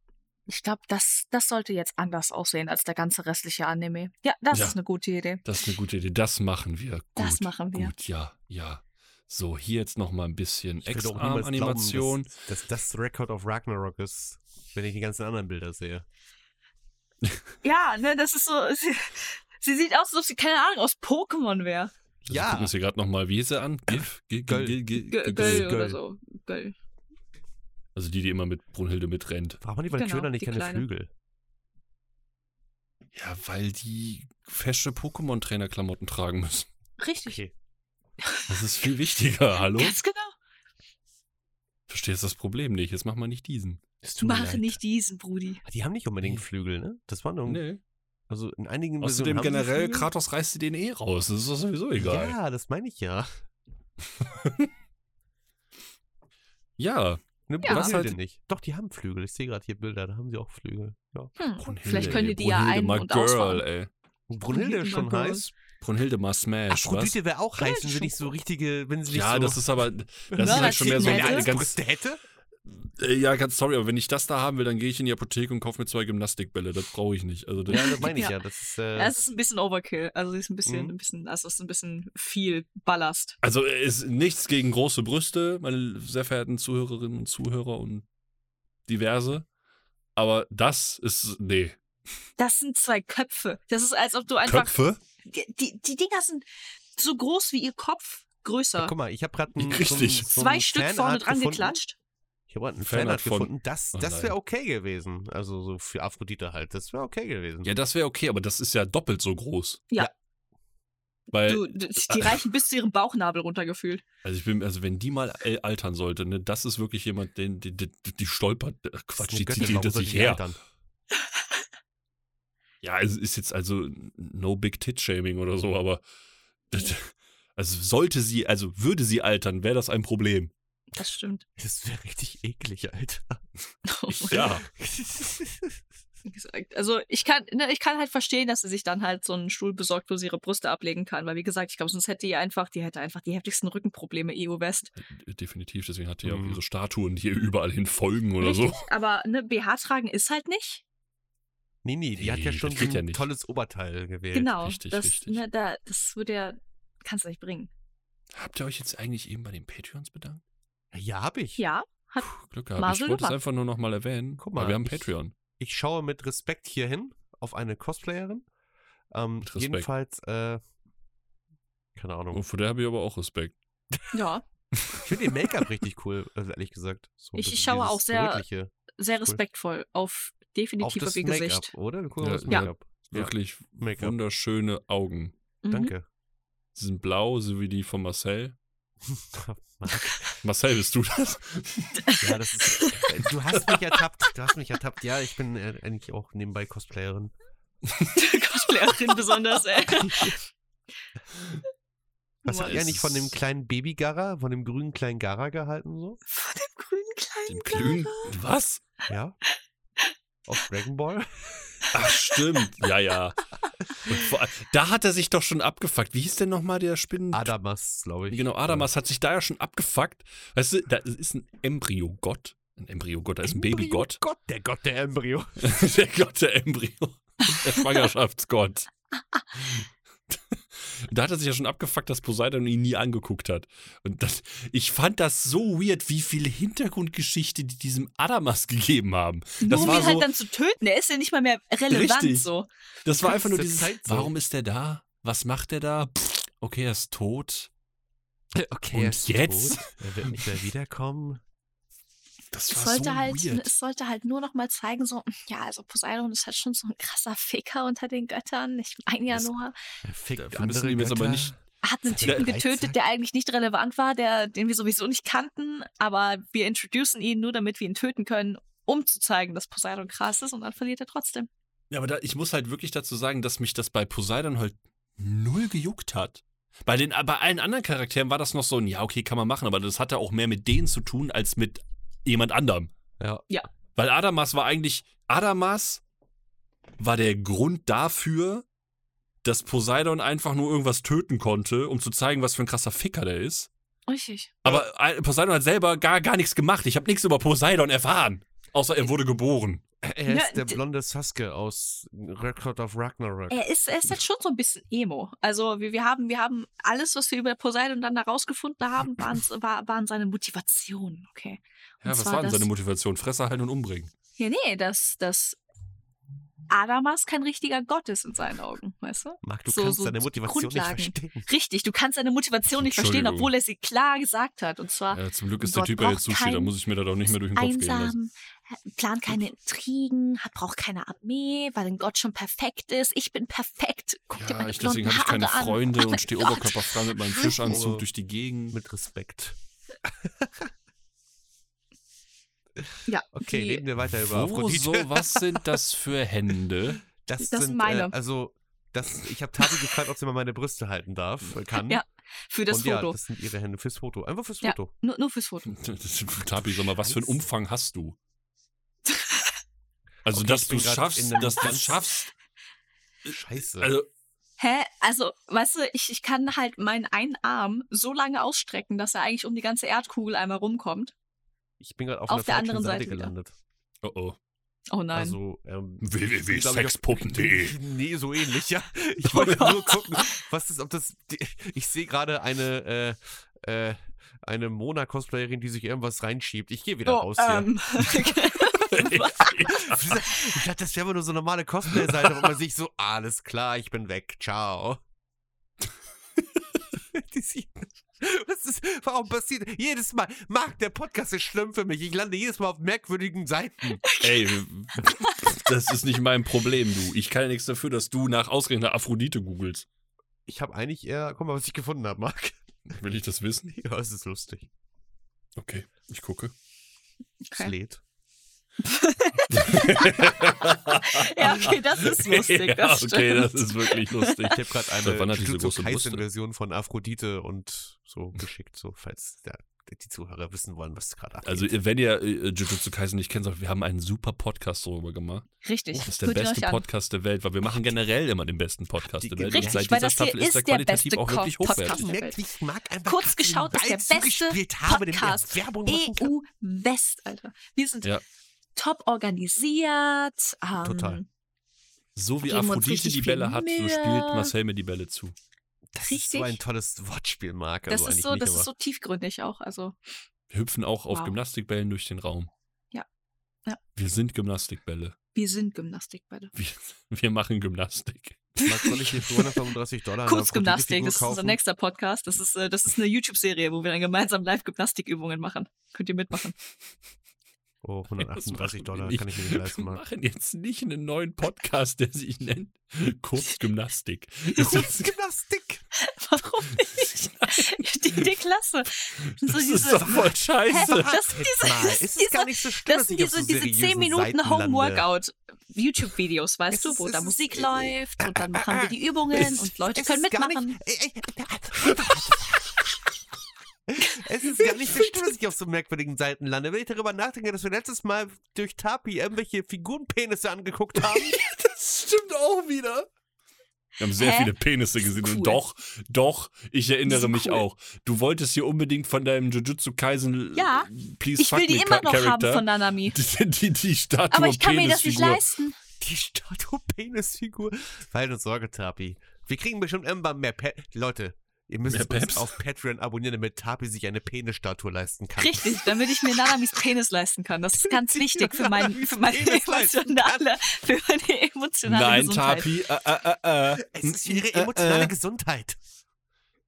B: ich glaube, das, das sollte jetzt anders aussehen als der ganze restliche Anime. Ja, das
C: Ja.
B: ist eine gute Idee.
C: Das ist eine gute Idee. Das machen wir. Gut,
B: Das machen wir.
C: Gut, ja, ja. So, hier jetzt noch mal ein bisschen
A: Ich würde auch niemals
C: Extra-Animation.
A: glauben, dass, dass das Record of Ragnarok ist, wenn ich die ganzen anderen Bilder sehe.
B: Ja, ne, das ist so. Sie, sie sieht aus, als ob sie, keine Ahnung, aus Pokémon wäre.
C: Also
A: Ja.
C: Wir gucken uns hier gerade noch mal wie hieß er an? GIF? G- G-
A: Göll.
C: G- G-
B: Göll
C: G-
B: oder
A: Göll.
B: so. Göll.
C: Also die, die immer mit Brunhilde mitrennt.
A: Warum hat die Valkyrie
B: Genau,
A: nicht
B: die
A: keine
B: Kleine.
A: Flügel?
C: Ja, weil die fesche Pokémon-Trainer-Klamotten tragen müssen.
B: Richtig.
A: Okay.
C: Das ist viel wichtiger, hallo?
B: Ganz genau.
C: Verstehst das Problem nicht, jetzt mach mal nicht diesen.
A: Es tut mir
B: Mach
A: leid.
B: nicht diesen, Brudi.
A: Die haben nicht unbedingt
C: Nee.
A: Flügel, ne? Das war nur.
C: Nee.
A: Also in einigen
C: Außerdem
A: Versionen haben sie
C: generell,
A: Flügel.
C: Kratos reißt die den eh raus. Das ist doch sowieso egal.
A: Ja, das meine ich ja.
C: ja.
A: Ne,
B: Ja.
A: Was
C: Was
A: halt
C: halt-
A: nicht. Doch, die haben Flügel. Ich sehe gerade hier Bilder, da haben sie auch Flügel. Ja.
B: Hm.
C: Brunhilde,
B: Vielleicht können
C: ey,
B: die die ja
C: Brunhilde,
B: ein-
C: my
B: und
C: girl,
B: ausfahren.
C: ey.
A: Brunhilde ist schon
B: Brunhilde,
A: heiß.
C: Brunhilde mal Smash, Äh, was?
A: Aphrodite wäre auch heiß,
B: Ja,
A: wenn sie nicht so
B: schon.
A: richtige, wenn sie nicht
C: Ja,
A: so.
C: das ist aber, das ist
B: das
C: halt schon mehr so
B: sieht
C: eine
B: nett
C: ganz,
A: Brüste hätte.
C: äh, ja, ganz sorry, aber wenn ich das da haben will, dann gehe ich in die Apotheke und kaufe mir zwei Gymnastikbälle. Das brauche ich nicht. Also, das,
A: Ja, das meine ich ja.
B: Ja.
A: Das ist, äh,
B: Ja, es ist ein bisschen Overkill. Also sie ist ein bisschen,
A: Mhm.
B: ein bisschen, also es ist ein bisschen viel Ballast.
C: also äh, ist nichts gegen große Brüste, meine sehr verehrten Zuhörerinnen und Zuhörer und diverse. Aber das ist, nee.
B: Das sind zwei Köpfe. Das ist, als ob du einfach.
C: Köpfe?
B: Die, die, die Dinger sind so groß wie ihr Kopf, größer.
A: guck mal, ich habe gerade ein,
C: Richtig.
A: so ein
B: Zwei Stück
A: Fanart
B: vorne dran
A: gefunden.
B: geklatscht.
A: Ich habe gerade einen Fanart
C: Fanart von-
A: gefunden. Das,
C: Oh
A: das
C: nein.
A: wäre okay gewesen. Also so für Aphrodite halt. Das wäre okay gewesen.
C: Ja, das wäre okay, aber das ist ja doppelt so groß.
B: Ja.
A: Äh,
C: Weil,
B: Du, d- die reichen bis zu ihrem Bauchnabel runtergefühlt.
C: also ich bin, also wenn die mal äh, altern sollte, ne, das ist wirklich jemand, den, die, die, die stolpert, äh,
A: Das ist
C: Quatsch,
A: eine
C: die
A: Göttin,
C: zieht die
A: warum
C: hinter
A: soll
C: sich
A: die
C: her.
A: altern?
C: Ja, es ist jetzt also no big tit shaming oder so, aber das, also sollte sie, also würde sie altern, wäre das ein Problem.
B: Das stimmt.
A: Das wäre richtig eklig, Alter.
B: Oh mein
C: Ja.
B: Wie gesagt, Also ich kann, ne, ich kann halt verstehen, dass sie sich dann halt so einen Stuhl besorgt, wo sie ihre Brüste ablegen kann. Weil wie gesagt, ich glaube, sonst hätte die einfach, die hätte einfach die heftigsten Rückenprobleme E EU West.
C: Definitiv, deswegen hat die ja auch
A: Mhm.
C: ihre Statuen hier überall hin folgen oder so.
B: Richtig, aber ne, BH tragen ist halt nicht.
A: nee, nee, die hat ja
C: Nee,
A: schon
C: das
A: so
C: geht
A: ein
C: ja nicht.
A: tolles Oberteil gewählt.
B: Genau.
C: richtig,
B: das,
C: richtig.
B: Ne, da, das würde ja, kannst du nicht bringen.
C: Habt ihr euch jetzt eigentlich eben bei den Patreons bedankt?
A: Ja, habe ich.
B: Ja,
C: Puh, Glück gehabt.
B: Marcel
C: ich wollte es
B: Luhmann.
C: einfach nur nochmal erwähnen.
A: Guck
C: Guck
A: mal,
C: mal, wir haben
A: ich-
C: Patreon.
A: Ich schaue mit Respekt hier hin auf eine Cosplayerin. Ähm,
C: Mit Respekt.
A: jedenfalls, äh, keine Ahnung.
C: Und vor der habe ich aber auch Respekt.
B: Ja.
A: Ich finde den Make-up richtig cool, also ehrlich gesagt. So ein
B: Ich- ich
A: bisschen
B: schaue
A: dieses
B: auch sehr
A: Rötliche
B: Sehr
A: Cool.
B: respektvoll auf
A: auf
B: definitiv auf,
A: das
B: ihr
A: Make-up,
B: Gesicht.
A: oder? Wir gucken
C: Ja.
A: auf das
B: Ja.
A: Make-up. Ja.
C: Wirklich
A: Make-up.
C: wunderschöne Augen.
B: Mhm.
A: Danke.
C: Sie sind blau, so wie die von Marcel. Marcel, bist du das?
A: ja, das ist, äh, du hast mich ertappt. Du hast mich ertappt. Ja, ich bin äh, eigentlich auch nebenbei Cosplayerin.
B: Cosplayerin besonders, ey.
A: Was
B: Boah,
A: hat er nicht von dem kleinen Baby-Gara, von dem grünen kleinen Gara gehalten so?
B: Von dem grünen genau. kleinen
C: Dem Glühen? Was?
A: Ja. Auf Dragon Ball?
C: Ach, stimmt. Ja, ja. Und vor, all- da hat er sich doch schon abgefuckt. Wie hieß denn nochmal der Spinnen...
A: Adamas, glaube ich.
C: Genau, Adamas hat sich da ja schon abgefuckt. Weißt du, da ist ein Embryogott. Ein Embryogott, da ist ein Babygott.
A: Gott, der Gott der Embryo.
C: der Gott der Embryo. Der Schwangerschaftsgott. Da hat er sich ja schon abgefuckt, dass Poseidon ihn nie angeguckt hat. Und das, ich fand das so weird, wie viel Hintergrundgeschichte die diesem Adamas gegeben haben.
B: Nur
C: Das
B: um
C: war
B: ihn halt
C: so-
B: dann zu töten. Er ist ja nicht mal mehr relevant
C: Richtig.
B: so.
C: Das war einfach nur
A: Zur
C: dieses,
A: Zeit so.
C: warum ist er da? Was macht er da? Pff, okay, er ist tot.
A: Okay,
C: Und
A: er ist
C: jetzt?
A: Tot. Er wird nicht mehr wiederkommen.
C: Das
B: Es
C: war
B: sollte,
C: so
B: halt,
C: weird.
B: es sollte halt nur noch mal zeigen, so, ja, also Poseidon ist halt schon so ein krasser Ficker unter den Göttern. Ich meine ja
C: Das-
B: nur,
A: Er fickt
C: Dafür müssen die ihm jetzt aber
A: Götter.
C: nicht-
B: er hat einen
A: Der
B: Typen
A: Dreizack.
B: getötet, der eigentlich nicht relevant war, der, den wir sowieso nicht kannten, aber wir introducen ihn nur, damit wir ihn töten können, um zu zeigen, dass Poseidon krass ist und dann verliert er trotzdem.
C: Ja, aber da, ich muss halt wirklich dazu sagen, dass mich das bei Poseidon halt null gejuckt hat. Bei, den, bei allen anderen Charakteren war das noch so ein, ja, okay, kann man machen, aber das hatte auch mehr mit denen zu tun als mit jemand anderem.
A: Ja.
B: Ja.
C: Weil Adamas war eigentlich, Adamas war der Grund dafür, dass Poseidon einfach nur irgendwas töten konnte, um zu zeigen, was für ein krasser Ficker der ist.
B: Richtig.
C: Aber äh, Poseidon hat selber gar, gar nichts gemacht. Ich habe nichts über Poseidon erfahren. Außer er wurde geboren.
A: Er
B: Ja,
A: ist der
B: d-
A: blonde Sasuke aus Record of Ragnarok.
B: Er ist, er ist halt schon so ein bisschen Emo. Also wir, wir, haben, wir haben alles, was wir über Poseidon dann herausgefunden haben, waren, war, waren seine Motivationen, okay? Und
C: Ja, was
B: zwar
C: war denn
B: das-
C: seine Motivation? Fresse halt und umbringen.
B: Ja, nee, dass, dass Adamas kein richtiger Gott ist in seinen Augen, weißt du?
A: Marc, du
B: so-
A: kannst
B: so
A: deine Motivation
B: Grundlagen.
A: nicht verstehen.
B: Richtig, du kannst seine Motivation nicht verstehen,
C: Entschuldigung.
B: obwohl er sie klar gesagt hat. Und zwar
C: Ja, zum Glück ist der
B: Gott
C: Typ ja jetzt
B: braucht
C: Sushi, da
B: keinen-
C: muss ich mir das auch nicht mehr durch den Kopf gehen lassen.
B: einsam, äh, plant keine Intrigen, hat, braucht keine Armee, weil ein Gott schon perfekt ist. Ich bin perfekt. Guck dir
C: Ja,
B: meine
C: ich, deswegen habe
B: blonden
C: ich keine
B: Haare an.
C: Freunde
B: Oh
C: und
B: mein
C: stehe
B: Gott.
C: oberkörperfrei mit meinem Fischanzug
A: Oh.
C: durch die Gegend.
A: Mit Respekt.
B: Ja,
A: Okay,
B: die-
A: reden wir weiter über
C: Wo,
A: Aphrodite.
C: so, was sind das für Hände?
A: Das,
B: Das
A: sind
B: meine.
A: Äh, also, das, ich habe Tabi gefragt, ob sie mal meine Brüste halten darf, äh, kann.
B: Ja, für das
A: Und
B: Foto.
A: ja, das sind ihre Hände fürs Foto. Einfach fürs
B: Ja.
A: Foto.
B: nur, nur fürs Foto.
C: Das- Tapi, sag mal, was für einen Umfang hast du? Also,
A: Okay,
C: dass
A: ich
C: du
A: bin grad in
C: schaffst,
A: einem
C: dass du
A: ganz- äh,
C: schaffst.
A: Scheiße.
C: Also,
B: Hä? Also, weißt du, ich, ich kann halt meinen einen Arm so lange ausstrecken, dass er eigentlich um die ganze Erdkugel einmal rumkommt.
A: ich bin gerade auf,
B: auf
A: einer
B: der
A: falschen
B: anderen
A: Seite,
B: Seite wieder.
A: gelandet.
C: oh oh.
B: Oh nein.
A: Also, ähm, glaub ich auf-
C: www.sexpuppen.de.
A: Nee, so ähnlich, ja. Ich
B: Oh
A: wollte nur gucken, was ist, ob das. die- Ich sehe gerade eine, äh, äh, eine Mona-Cosplayerin, die sich irgendwas reinschiebt. Ich gehe wieder
B: Oh,
A: raus hier.
B: ähm,
A: Ich dachte, das wäre aber nur so eine normale Cosplay-Seite, wo man sich so, alles klar, ich bin weg, ciao. Die sieht- Was ist, warum passiert jedes Mal? Marc, der Podcast ist schlimm für mich. Ich lande jedes Mal auf merkwürdigen Seiten.
C: Ey, das ist nicht mein Problem, du. Ich kann ja nichts dafür, dass du nach ausgerechnet Aphrodite googelst.
A: Ich habe eigentlich eher, guck mal, was ich gefunden habe, Marc.
C: Will ich das wissen?
A: Ja, es ist lustig.
C: Okay, ich gucke.
A: Es
B: okay.
A: lädt.
B: Ja, okay, das ist lustig. Das
C: ja,
B: stimmt.
C: okay, das ist wirklich lustig.
A: Ich habe gerade
C: Seit wann
A: eine
C: hat diese große Brust?
A: Version von Aphrodite und so geschickt, so falls der, die Zuhörer wissen wollen, was gerade abgeht.
C: Also, wenn ihr äh, Jujutsu Kaisen nicht kennt, sagt, wir haben einen super Podcast darüber gemacht.
B: Richtig.
C: Das ist der
B: Hört ihn
C: beste
B: euch an.
C: Podcast der Welt, weil wir machen generell immer den besten Podcast
A: Die-
C: der Welt.
B: Richtig,
C: und seit
B: weil
C: dieser
B: das hier
C: Staffel
B: ist
C: ist er
B: der
C: qualitativ
B: beste
C: auch wirklich
B: Podcast.
C: hochwertig.
A: Ich merke, ich mag einfach
B: Kurz
A: gerade
B: geschaut
A: den
B: ist der
A: Ball
B: beste
A: zugespielt den ich
B: Podcast E
A: Werbung machen kann.
B: EU West, Alter. Wir sind
C: Ja.
B: top organisiert. Ähm,
A: Total.
C: So wie
B: Geben uns
C: Aphrodite
B: richtig
C: die Bälle
B: viel
C: hat, so
B: Mühe.
C: spielt Marcel mir die Bälle zu.
A: Das ist
B: Richtig.
A: so ein tolles Wortspiel, Marc.
B: Das
A: also
B: ist
A: eigentlich
B: so,
A: nicht,
B: das ist
A: aber
B: so tiefgründig auch. Also
C: Wir hüpfen auch auf
B: Wow.
C: Gymnastikbällen durch den Raum.
B: Ja. Ja.
C: Wir sind Gymnastikbälle.
B: wir sind Gymnastikbälle.
C: Wir, wir machen Gymnastik.
A: Max, soll ich dir für 135 Dollar
B: Kurzgymnastik,
A: eine
B: das ist
A: Prototypfigur
B: unser
A: kaufen?
B: nächster Podcast. Das ist, äh, das ist eine YouTube-Serie, wo wir dann gemeinsam Live-Gymnastikübungen machen. Könnt ihr mitmachen.
A: Oh, 138
C: Das machen wir
A: Dollar
C: nicht.
A: kann ich mir nicht leisten,
C: Wir
A: Mann.
C: machen jetzt nicht einen neuen Podcast, der sich nennt Kurzgymnastik. Das ist,
A: Kurzgymnastik!
B: Warum nicht? Die, die Klasse. Das
C: das
B: sind so
C: ist
B: diese,
C: doch voll scheiße.
B: Also, das sind diese,
A: Mal,
B: das
A: es ist
B: sind diese,
A: gar nicht so schlimm,
B: das
A: dass
B: sind
A: ich auf
B: diese,
A: so
B: diese
A: seriösen
B: 10 Minuten
A: Seiten lande.
B: Home-Workout-YouTube-videos, weißt
A: Es
B: du,
A: ist-
B: wo
A: es
B: da
A: ist-
B: Musik
A: äh,
B: läuft und dann machen wir die
A: Es-
B: Übungen und Leute
A: es
B: können
A: ist gar
B: mitmachen.
A: Nicht, ey, ey, es ist gar nicht so schlimm, dass ich auf so merkwürdigen Seiten lande. Wenn ich darüber nachdenke, dass wir letztes Mal durch Tapi irgendwelche Figurenpenisse angeguckt haben.
C: Das stimmt auch wieder. Wir haben sehr
B: Hä?
C: viele Penisse gesehen
B: Cool.
C: und doch, doch, ich erinnere
B: Die sind
C: mich
B: cool.
C: auch. Du wolltest hier unbedingt von deinem Jujutsu Kaisen
B: Ja,
C: Please
B: Ich
C: Fuck
B: will die
C: Me
B: immer noch
C: Charakter,
B: haben von Nanami.
C: die, die, die Statue
B: Aber ich kann mir das nicht
C: Penisfigur.
B: leisten.
A: Die Statue Penisfigur. Weil uns Sorge, Tapi. Wir kriegen bestimmt irgendwann mehr Pe Leute, ihr müsst
C: Mehr
A: uns
C: Peps.
A: auf Patreon abonnieren, damit Tapi sich eine Penisstatue leisten kann.
B: Richtig, damit ich mir Nanamis Penis leisten kann. Das ist ganz wichtig für, mein,
A: Nanamis
B: für meine
A: Penis leisten
B: emotionale, für meine emotionale
C: Nein,
B: Gesundheit.
C: Tapi, äh, äh, äh, äh.
A: Es ist ihre emotionale Gesundheit.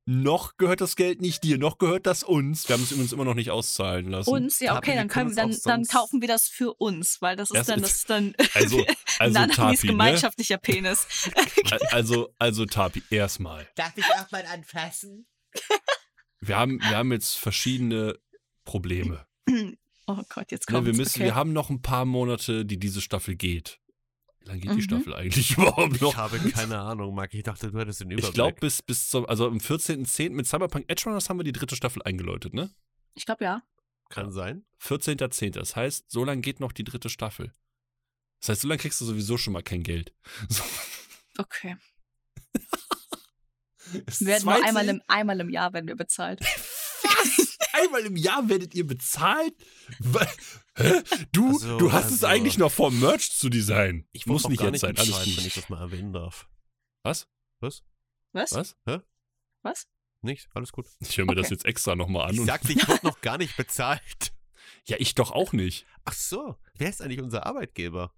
C: noch gehört das Geld nicht dir, noch gehört das uns. Wir haben es übrigens immer noch nicht auszahlen lassen.
B: Uns, ja,
A: Tapi,
B: okay,
A: wir
B: dann,
A: können
B: können,
A: uns
B: dann,
A: auch
B: dann
A: sonst-
B: kaufen wir das für uns, weil das ist
C: Das
B: dann,
C: ist-
B: das ist dann
C: Also, also
B: Nanamis
C: Tapi, ne?
B: gemeinschaftlicher Penis.
C: Also, also Tapi, erstmal.
A: Darf ich auch mal anfassen?
C: Wir haben, wir haben jetzt verschiedene Probleme.
B: Oh Gott, jetzt
C: Ne,
B: kommt
C: wir, müssen,
B: okay.
C: wir haben noch ein paar Monate, die diese Staffel geht. Wie lange geht
B: Mhm.
C: die Staffel eigentlich überhaupt
A: Ich
C: noch?
A: habe keine Ahnung, Marc. Ich dachte, du hättest den Überblick.
C: Ich glaube, bis, bis zum, also am 14.10. mit Cyberpunk Edgerunners haben wir die dritte Staffel eingeläutet, ne?
B: Ich glaube ja.
A: Kann sein.
C: 14.10. Das heißt, so lange geht noch die dritte Staffel. Das heißt, so lange kriegst du sowieso schon mal kein Geld. So.
B: Okay.
C: Das
B: Wir werden nur
C: zweite-
B: einmal im, einmal im Jahr werden wir bezahlt.
C: Einmal im Jahr werdet ihr bezahlt? Wa- Hä? Du,
A: Also,
C: du hast es
A: also-
C: eigentlich noch vor, Merch zu designen.
A: Ich
C: Muss
A: auch
C: nicht
A: gar
C: jetzt sein. Also, Alles
A: entscheiden,
C: gut.
A: wenn ich das mal erwähnen darf.
B: Was?
C: Was?
B: Was?
A: Nicht? Alles gut.
C: Ich höre mir das
B: Okay.
C: jetzt extra nochmal an.
A: Ich
C: Und,
A: sagte, ich wurde noch gar nicht bezahlt.
C: ja, ich doch auch nicht.
A: Ach so, wer ist eigentlich unser Arbeitgeber?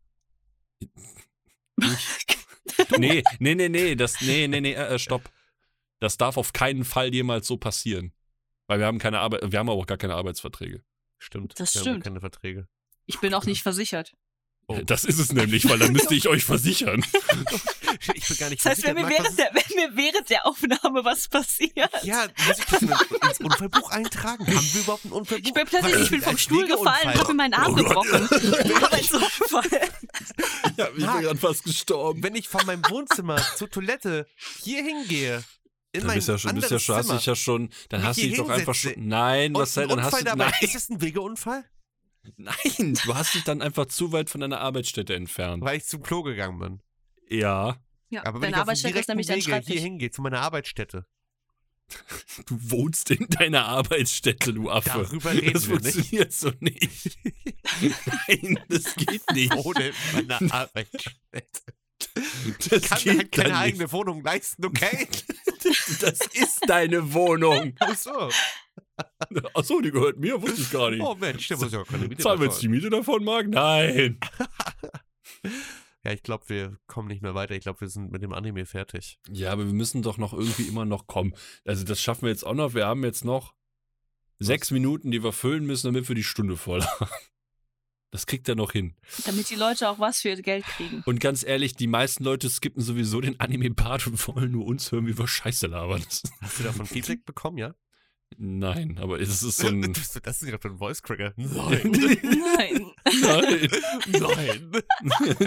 C: Nee, nee, nee, nee, das, nee, nee, nee, äh, äh, stopp. Das darf auf keinen Fall jemals so passieren. Weil wir haben keine Arbeit, wir haben aber auch gar keine Arbeitsverträge.
A: Stimmt.
B: Das
A: wir Haben
B: stimmt.
A: keine Verträge.
B: Ich bin auch nicht versichert.
A: Oh.
C: Das ist es nämlich, weil dann müsste ich euch versichern.
A: Ich bin gar nicht
B: Das heißt,
A: versichert,
B: wenn mir,
A: Marc, was
B: während der, wenn mir während der Aufnahme was passiert.
A: ist- Ja, muss ich das in, ins Unfallbuch eintragen? Haben wir überhaupt ein Unfallbuch?
B: Ich bin plötzlich,
A: Was
B: ich bin
A: ist
B: vom
A: ein
B: Stuhl gefallen
A: Pflegeunfall?
B: und habe mir meinen Arm
C: Oh Gott.
B: gebrochen. Arbeitsunfall.
C: Ja, ich bin
A: Marc.
C: gerade fast gestorben.
A: Wenn ich von meinem Wohnzimmer zur Toilette hier hingehe, in
C: Dann
A: mein
C: bist du ja schon, bist ja
A: anderes
C: schon, hast
A: Zimmer
C: dich ja schon, dann
A: Mich
C: hast du dich
A: hier
C: doch einfach
A: hinsetze.
C: schon. Nein,
A: und
C: was
A: ein
C: halt, dann hast
A: Unfall
C: du.
A: dabei.
C: Nein,
A: Ist das ein Wegeunfall?
C: nein, du hast dich dann einfach zu weit von deiner Arbeitsstätte entfernt.
A: Weil ich zum Klo gegangen bin.
C: Ja.
B: Ja,
A: Aber wenn ich auf dem
B: deine Arbeitsstätte ist
A: direkten
B: nämlich dein
A: Wege hier
B: Schreibtisch.
A: hingehe, zu meiner Arbeitsstätte,
C: Du wohnst in deiner Arbeitsstätte, du Affe.
A: Darüber reden
C: das
A: wir nicht.
C: funktioniert so nicht. nein, das geht nicht.
A: ohne meine Arbeitsstätte, kann mir
C: Das geht
A: halt keine
C: dann nicht.
A: eigene Wohnung leisten, okay?
C: Das ist deine Wohnung.
A: Ach so.
C: Achso, die gehört mir, wusste ich gar nicht.
A: Oh Mensch, der muss ja auch keine Miete
C: Zahlen wir jetzt die Miete davon, Marc? Nein.
A: Ja, ich glaube, wir kommen nicht mehr weiter. Ich glaube, wir sind mit dem Anime fertig.
C: Ja, aber wir müssen doch noch irgendwie immer noch kommen. Also das schaffen wir jetzt auch noch. Wir haben jetzt noch sechs Minuten, die wir füllen müssen, damit wir die Stunde voll haben. Das kriegt er noch hin.
B: Damit die Leute auch was für ihr Geld kriegen.
C: Und ganz ehrlich, die meisten Leute skippen sowieso den Anime-Part und wollen nur uns hören, wie wir Scheiße labern. Das-
A: Hast du davon Feedback bekommen, ja?
C: Nein, aber es ist so ein...
A: das ist gerade für ein Voice-Cracker.
B: Nein.
C: Nein,
A: Nein.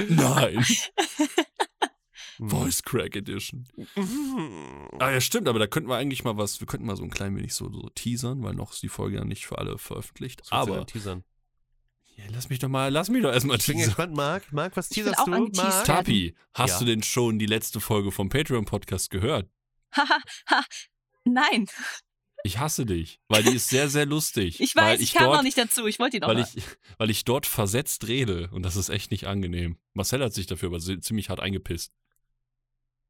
C: nein. Voice Crack Edition.
A: Mhm.
C: Ah ja, stimmt, aber da könnten wir eigentlich mal was, wir könnten mal so ein klein wenig so, so teasern, weil noch ist die Folge ja nicht für alle veröffentlicht.
A: Aber.
C: Aber
A: Teasern.
C: ja, lass mich doch mal, lass mich doch erstmal
A: Ich bin
C: teasern.
A: gespannt, Marc. Marc, was
B: Ich will
A: teaserst
B: auch
A: du?
B: angeteased
A: Marc?
B: werden.
C: Tapi, hast
A: Ja.
C: du denn schon die letzte Folge vom Patreon-Podcast gehört?
B: Haha, ha. Nein.
C: Ich hasse dich, weil die ist sehr, sehr lustig.
B: Ich weiß,
C: weil
B: ich, kam
C: dort,
B: noch nicht dazu. Ich wollte ihn auch
C: Weil
B: noch.
C: ich, weil ich dort versetzt rede und das ist echt nicht angenehm. Marcel hat sich dafür aber se- ziemlich hart eingepisst.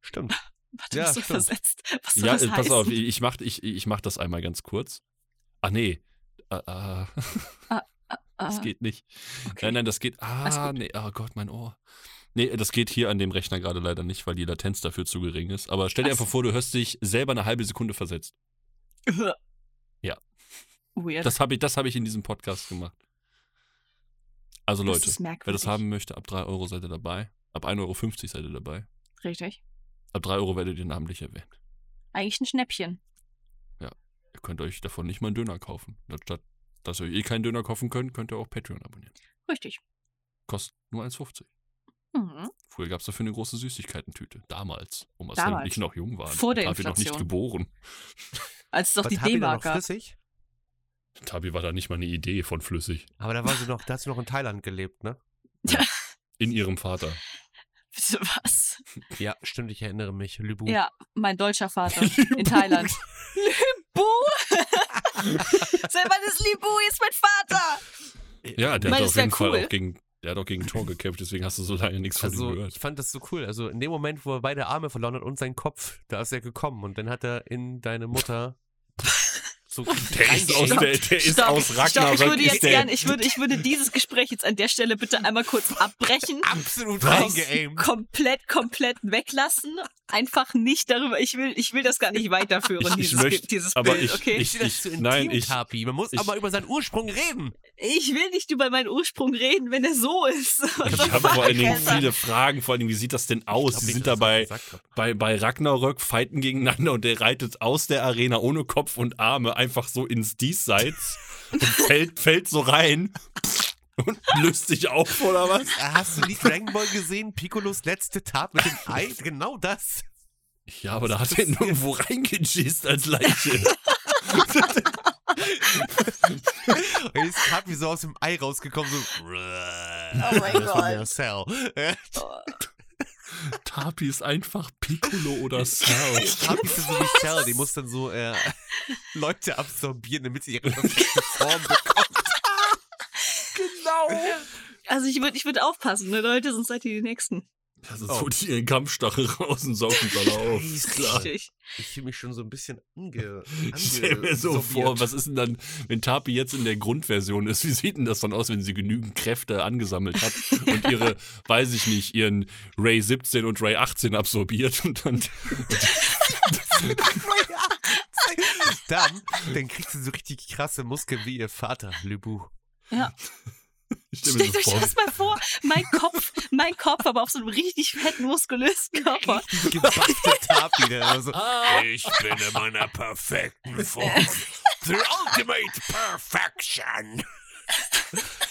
A: Stimmt.
B: Warte,
A: Ja,
B: bist du
A: stimmt.
B: versetzt? Was soll
C: ja,
B: das
C: äh, pass
B: heißen?
C: auf, ich, ich, mach, ich, ich mach das einmal ganz kurz. Ah, nee. Äh, äh,
B: Ah,
C: das geht nicht.
B: okay.
C: Nein, nein, das geht.
B: Alles
C: Ah,
B: gut.
C: nee. Oh Gott, mein Ohr. Nee, das geht hier an dem Rechner gerade leider nicht, weil die Latenz dafür zu gering ist. Aber stell dir
B: Ach so.
C: einfach vor, du hörst dich selber eine halbe Sekunde versetzt. Ja.
B: Weird.
C: Das habe ich, das hab ich in diesem Podcast gemacht. Also
B: Das
C: Leute,
B: ist
C: wer
B: merkwürdig.
C: das haben möchte, ab 3 Euro seid ihr dabei. Ab 1,50 Euro seid ihr dabei.
B: Richtig.
C: Ab 3 Euro werdet ihr namentlich erwähnt.
B: Eigentlich ein Schnäppchen.
C: Ihr könnt euch davon nicht mal einen Döner kaufen. Statt dass ihr eh keinen Döner kaufen könnt, könnt ihr auch Patreon abonnieren.
B: Richtig.
C: Kostet nur 1,50.
B: Mhm.
C: Früher gab es dafür eine große Süßigkeitentüte. Damals. Um als
B: Damals.
C: wir nicht noch jung waren.
B: Vor der
C: Tabi noch nicht
B: Inflation.
C: geboren.
B: Als es doch die
A: Was, Habi da noch
B: D-Marker.
A: flüssig?
C: Tabi war da nicht mal eine Idee von flüssig.
A: Aber da war sie noch, da hat sie noch in Thailand gelebt, ne?
C: In ihrem Vater.
B: Bitte was?
A: Ja, stimmt, ich erinnere mich. Lübu.
B: Ja, mein deutscher Vater in Thailand. Libu! Selber das Libu ist mein Vater!
C: Ja, der
B: Weil das
C: hat auf
B: ist ja
C: jeden Fall
B: cool.
C: auch gegen, der hat auch gegen Tor gekämpft, deswegen hast du so lange nichts von ihm
A: Also,
C: gehört.
A: ich fand das so cool. Also, in dem Moment, wo er beide Arme verloren hat und seinen Kopf, da ist er gekommen. Und dann hat er in deine Mutter so
C: Der ist aus,
A: reingesteckt.
C: der, der ist
B: Stopp,
C: aus
B: Stopp,
C: Ragnarök.
B: ich würde
C: ist
B: jetzt
C: der,
B: gern, ich würde, ich würde dieses Gespräch jetzt an der Stelle bitte einmal kurz abbrechen.
A: absolut
C: Was?
A: reingeaimt.
B: Komplett, komplett weglassen. Einfach nicht darüber. Ich will, ich will das gar nicht weiterführen,
C: Ich- ich
B: dieses,
C: möchte-
B: dieses
C: aber
B: Bild,
C: ich-
B: okay?
A: Ich finde das
C: Ich-
A: zu
C: nein,
A: intim,
C: ich-
A: Tapi. Man muss
C: ich-
A: aber über seinen Ursprung reden.
B: Ich will nicht über meinen Ursprung reden, wenn er so ist.
C: Ich habe vor allen Dingen
B: Alter.
C: viele Fragen, vor allen Dingen, wie sieht das denn aus?
A: Ich glaub
C: Sie
A: nicht,
C: sind
A: dass ich das
C: dabei
A: gesagt hab.
C: bei, bei Ragnarök, fighten gegeneinander und der reitet aus der Arena ohne Kopf und Arme einfach so ins Diesseits und fällt, fällt so rein und löst sich auf oder was?
A: Äh, Hast du nicht Dragon Ball gesehen? Piccolos letzte Tat mit dem Ei? Genau das.
C: Ja, aber da hat er ihn irgendwo reingeschießt als Leiche.
A: Und jetzt ist Tapi so aus dem Ei rausgekommen, so. Oh
B: mein Gott.
A: Cell.
C: Tapi ist einfach Piccolo oder Cell.
A: Tapi ist so wie Cell, die muss dann so äh, Leute absorbieren, damit sie ihre perfekte Form bekommt.
B: Genau. Also ich würde ich würd aufpassen, ne Leute, sonst seid ihr die Nächsten.
C: Das ist
A: Oh.
C: so die ihren Kampfstachel raus und saugen sie alle
D: Oh,
C: auf.
A: Ist
B: Richtig.
A: Ich fühle mich schon so ein bisschen ange.
C: Ich stell mir so vor, was ist denn dann, wenn Tapi jetzt in der Grundversion ist, wie sieht denn das dann aus, wenn sie genügend Kräfte angesammelt hat und ihre, weiß ich nicht, ihren Ray 17 und Ray 18 absorbiert und dann
A: Dann, dann kriegt sie so richtig krasse Muskeln wie ihr Vater, Lübu.
C: ich stell mir
B: Stellt
C: so
B: euch
C: vor,
B: das mal vor, mein Kopf, mein Kopf, aber auf so einem richtig fetten, muskulösen Körper.
A: Die gebackte Tapi, der immer so.
D: Ich bin in meiner perfekten Form. The ultimate perfection.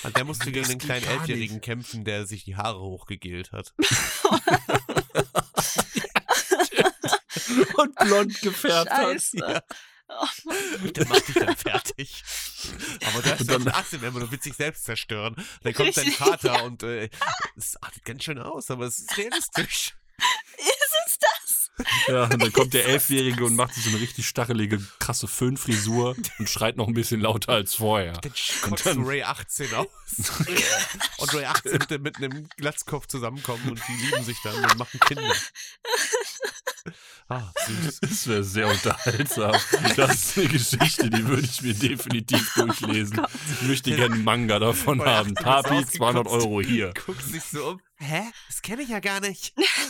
A: Und der musste gegen
C: Das
A: einen
C: geht
A: kleinen
C: gar nicht.
A: Elfjährigen kämpfen, der sich die Haare hochgegelt hat.
C: und blond gefärbt
B: Scheiße.
A: Der macht dich dann fertig. Aber da ist
C: Und
A: dann
C: dann-
A: ein Ass im Emmer und will sich selbst zerstören. Dann kommt dein
B: Richtig,
A: Vater und äh, es artet ganz schön aus, aber es ist realistisch.
C: Ja, und dann kommt der Elfjährige und macht sich so eine richtig stachelige, krasse Föhnfrisur und schreit noch ein bisschen lauter als vorher.
A: Dann kotzt
C: dann-
A: Ray 18 aus. und Ray 18 wird dann mit einem Glatzkopf zusammenkommen und die lieben sich dann und machen Kinder. Ah, süß.
C: Das wäre sehr unterhaltsam. Das ist eine Geschichte, die würde ich mir definitiv
B: Oh
C: durchlesen. Ich möchte gerne einen Manga davon
A: Voll
C: haben.
A: Achtung,
C: Papi,
A: ist
C: 200
A: ausgekotzt.
C: Euro hier.
A: Guckt sich so um. Hä? Das kenne ich ja gar nicht.
B: Hä?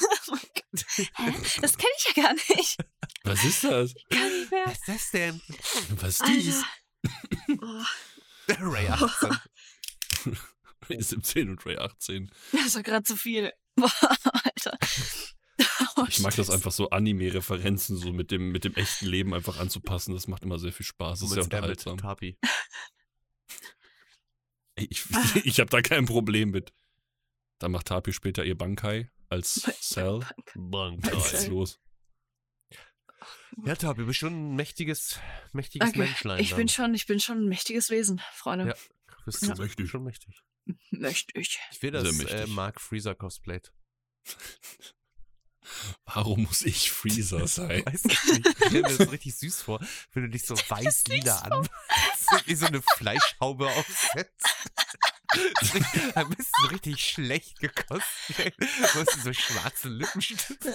B: Das kenne ich ja gar nicht.
C: Was ist das?
B: Gar nicht mehr.
A: Was ist das denn?
C: Was ist dies?
B: Alter. Oh,
A: Ray 18.
C: Ray 17 und Ray 18.
B: das ist doch gerade zu viel. Boah, Alter. Oh,
C: Ich mag das
B: Scheiße.
C: einfach so, Anime-Referenzen so mit dem, mit dem echten Leben einfach anzupassen. Das macht immer sehr viel Spaß. Das ist sehr
A: Mit Stammet,
C: unterhaltsam.
A: Papi.
C: Ey, Ich, ich habe da kein Problem mit. Dann macht Tapi später ihr Bankai als Cell. Was ist
B: Bankai.
C: los?
A: Ja, Tabi, bist schon ein mächtiges, mächtiges
B: Danke.
A: Menschlein.
B: Ich bin
A: dann.
B: schon, ich bin schon ein mächtiges Wesen, Freunde.
A: Ja. Bist
C: Ja.
A: du mächtig. schon mächtig.
B: Möchte ich.
A: Ich will
C: Sehr
A: das
C: mächtig.
A: äh, Mark Freezer Cosplay.
C: Warum muss ich Freezer sein?
A: Weiß ich nicht. Ich stelle mir das so richtig süß vor, wenn du dich so weiß-lila an. Wie so eine Fleischhaube aufsetzt. Am besten richtig schlecht gekostet. Du hast so schwarze
B: Äh,
A: Lippenstifte.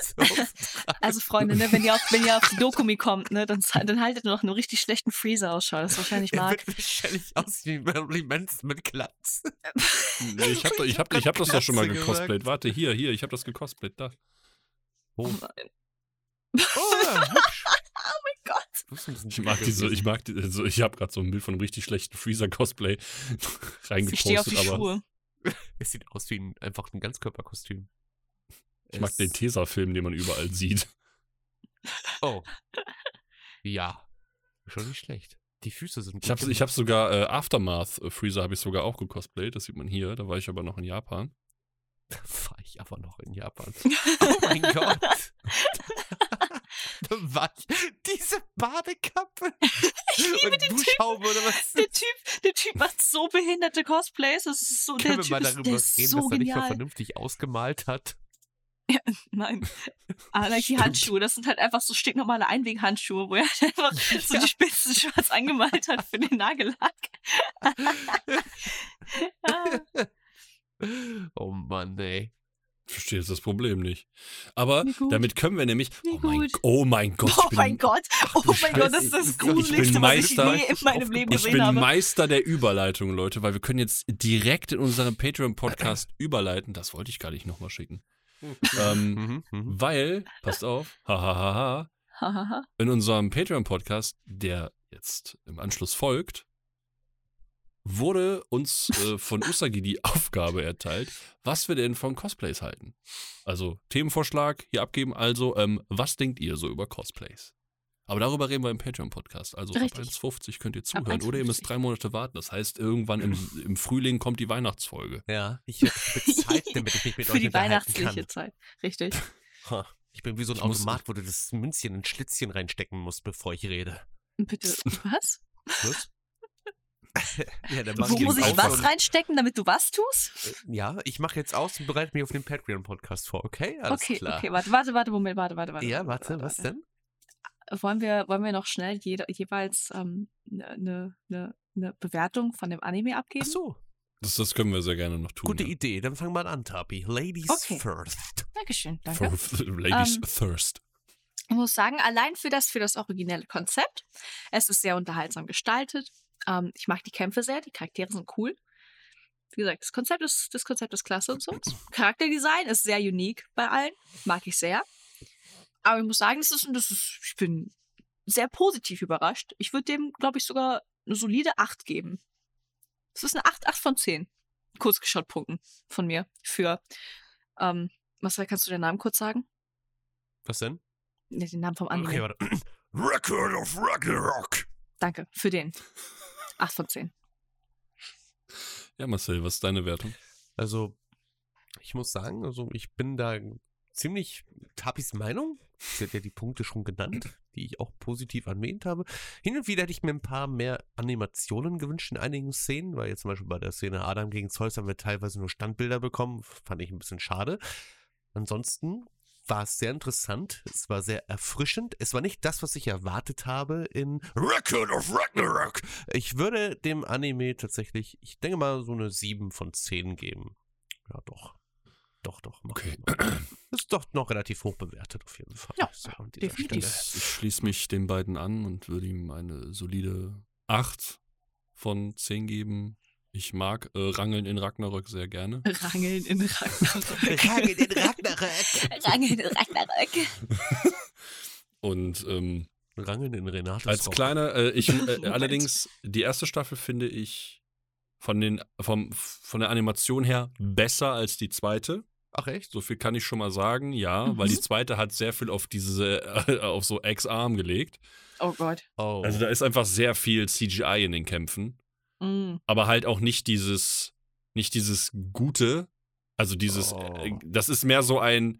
B: Also Freunde, ne, wenn ihr auf, wenn ihr auf die Dokumi kommt, ne, dann, dann haltet nur nach einem richtig schlechten Freezer Ausschau. Das ist wahrscheinlich
A: Er
B: Mark.
A: wird wahrscheinlich aus wie Marilyn Manson mit Glatz.
C: Nee, ich habe ich hab, ich hab das doch schon mal
A: Klasse gesagt.
C: gecosplayt. Warte, hier, hier, ich habe das gecosplayt. Da.
A: Oh,
B: Oh Gott.
C: Ich mag diese, ich mag die, also ich habe gerade so ein Bild von einem richtig schlechten Freezer-Cosplay
B: Ich stehe auf die
C: reingepostet, aber
B: Schuhe.
A: Es sieht aus wie ein, einfach ein Ganzkörperkostüm.
C: ich mag
A: Es-
C: den Tesa-Film, den man überall sieht.
A: Oh. Ja. Schon nicht schlecht. Die Füße sind gut.
C: Ich habe ich hab sogar äh, Aftermath äh, Freezer habe ich sogar auch gecosplayt, das sieht man hier, da war ich aber noch in Japan.
A: Da war ich aber noch in Japan. Oh mein Gott. da war ich. Diese Badekappe. Und Duschhaube oder was?
B: Der Typ, der Typ macht so behinderte Cosplays. Das ist so, der
A: Können wir
B: Typ
A: mal
B: ist,
A: darüber
B: der
A: reden,
B: ist
A: dass
B: so
A: er nicht mal
B: genial.
A: vernünftig ausgemalt hat?
B: Nein. Aber like die
A: Stimmt.
B: Handschuhe, das sind halt einfach so stinknormale Einweghandschuhe, wo er halt einfach so die Spitzen schwarz angemalt hat für den Nagellack. Ah,
A: Oh Mann, ey.
C: Ich verstehe jetzt das Problem nicht. Aber
B: Wie gut.
C: damit können wir nämlich
B: Wie
C: Oh mein,
B: gut.
C: oh mein Gott, ich
B: oh
C: bin,
B: mein Gott, oh
C: ich
B: mein
C: bin-
B: Gott, das ist
A: ich
B: das
A: bin
B: Gruseligste, was ich
C: Meister.
B: je in meinem Leben
C: Ich
B: gesehen
C: bin
B: habe.
C: Meister der Überleitung, Leute, weil wir können jetzt direkt in unseren Patreon Podcast überleiten. Das wollte ich gar nicht nochmal schicken. ähm,
A: Mhm, mhm.
C: Weil, passt auf, hahaha,
B: Hahaha.
C: in unserem Patreon-Podcast, der jetzt im Anschluss folgt, wurde uns äh, von Usagi die Aufgabe erteilt, was wir denn von Cosplays halten. Also Themenvorschlag hier abgeben, also ähm, was denkt ihr so über Cosplays? Aber darüber reden wir im Patreon-Podcast. Also
B: Richtig.
C: ab 1,50 könnt ihr
B: Ab
C: zuhören oder ihr
B: 1,50.
C: müsst drei Monate warten. Das heißt, irgendwann im, im Frühling kommt die Weihnachtsfolge.
A: Ja, ich werde bezahlt, damit ich mich mit
B: Für
A: euch
B: die
A: unterhalten kann.
B: weihnachtliche Zeit. Richtig.
A: Ha, Ich bin wie so ein
C: Ich muss-
A: Automat, wo du das Münzchen in ein Schlitzchen reinstecken musst, bevor ich rede.
B: Bitte, was?
A: Was? ja, dann mach
B: Wo
C: ich
B: muss
A: jetzt
B: ich
A: aus
B: was
A: und- Äh,
B: reinstecken, damit du was tust?
A: Ja, ich mache jetzt aus und bereite mich auf den Patreon-Podcast vor, okay? Alles
B: okay,
A: klar.
B: okay, warte, warte, warte, Moment, warte, warte, warte.
A: Ja, warte, was denn?
B: Wollen wir, wollen wir noch schnell jede, jeweils ähm, eine ne, ne Bewertung von dem Anime abgeben?
A: Ach so,
C: Das, das können wir sehr gerne noch tun.
A: gute
C: ja.
A: Idee. Dann fang mal an, Tapi. Ladies
B: Okay.
A: first.
B: Dankeschön, danke.
C: For Ladies
B: Ähm,
C: Thirst.
B: Ich muss sagen, allein für das, für das originelle Konzept, es ist sehr unterhaltsam gestaltet. Ähm, ich mag die Kämpfe sehr, die Charaktere sind cool. Wie gesagt, das Konzept ist, das Konzept ist klasse und so. Das Charakterdesign ist sehr unique bei allen, mag ich sehr. Aber ich muss sagen, das ist, das ist, ich bin sehr positiv überrascht. Ich würde dem, glaube ich, sogar eine solide 8 geben. Es ist eine 8, 8 von 10. Kurz geschaut Punkten von mir für, ähm, Marcel, kannst du den Namen kurz sagen?
A: Was denn?
B: Ne, den Namen vom Anime.
A: Okay, warte.
D: Record of Ragnarok.
B: Danke für den. 8 von 10.
C: Ja, Marcel, was ist deine Wertung?
A: Also, ich muss sagen, also ich bin da ziemlich Tapis Meinung. Sie hat ja die Punkte schon genannt, die ich auch positiv erwähnt habe. Hin und wieder hätte ich mir ein paar mehr Animationen gewünscht in einigen Szenen, weil jetzt zum Beispiel bei der Szene Adam gegen Zeus haben wir teilweise nur Standbilder bekommen. Fand ich ein bisschen schade. Ansonsten war es sehr interessant, es war sehr erfrischend. Es war nicht das, was ich erwartet habe in
D: Record of Ragnarok.
A: ich würde dem Anime tatsächlich, ich denke mal, so eine 7 von 10 geben. Ja, doch. Doch, doch. mach
C: Okay.
A: ich mal. Ist doch noch relativ hoch bewertet, auf jeden Fall.
B: Ja,
A: So, an dieser
C: Genau.
B: definitiv.
A: Stelle.
C: Ich schließe mich den beiden an und würde ihm eine solide 8 von 10 geben. Ich mag äh, Rangeln in Ragnarök sehr gerne.
B: Rangeln in Ragnarök.
A: Rangeln in Ragnarök.
B: Rangeln in Ragnarök.
C: Und ähm,
A: Rangeln in Renates
C: als
A: Raum.
C: kleiner, äh, ich äh,
B: Moment.
C: allerdings, die erste Staffel finde ich von, den, vom, von der Animation her besser als die zweite.
A: Ach, echt?
C: So viel kann ich schon mal sagen, ja, weil
B: Mhm.
C: die zweite hat sehr viel auf diese, auf so Ex-Arm gelegt.
B: Oh Gott.
A: Oh.
C: Also da ist einfach sehr viel CGI in den Kämpfen.
B: Mm.
C: aber halt auch nicht dieses, nicht dieses Gute. Also dieses,
A: Oh.
C: äh, das ist mehr so ein,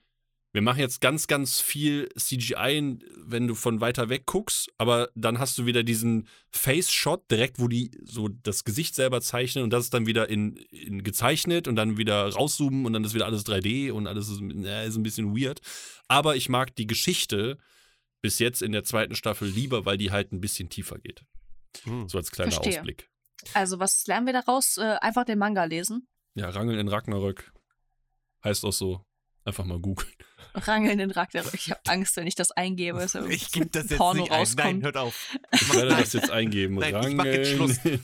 C: wir machen jetzt ganz, ganz viel CGI, wenn du von weiter weg guckst, aber dann hast du wieder diesen Face-Shot direkt, wo die so das Gesicht selber zeichnen und das ist dann wieder in, in gezeichnet und dann wieder rauszoomen und dann ist wieder alles 3D und alles ist, äh, ist ein bisschen weird. Aber ich mag die Geschichte bis jetzt in der zweiten Staffel lieber, weil die halt ein bisschen tiefer geht.
A: Hm.
C: So als kleiner
B: Verstehe.
C: Ausblick.
B: Also, was lernen wir daraus? Äh, einfach den Manga lesen.
C: Ja, Rangeln in Ragnarök heißt auch so. Einfach mal googeln.
B: Rangeln in Ragnarök. Ich habe Angst, wenn ich das eingebe. dass da
A: Ich gebe das jetzt
B: Porno
A: nicht ein. Nein,
B: rauskommt.
A: hört auf.
C: Ich werde das jetzt eingeben.
A: Nein, ich mach
C: Rangeln
A: jetzt Schluss.
C: in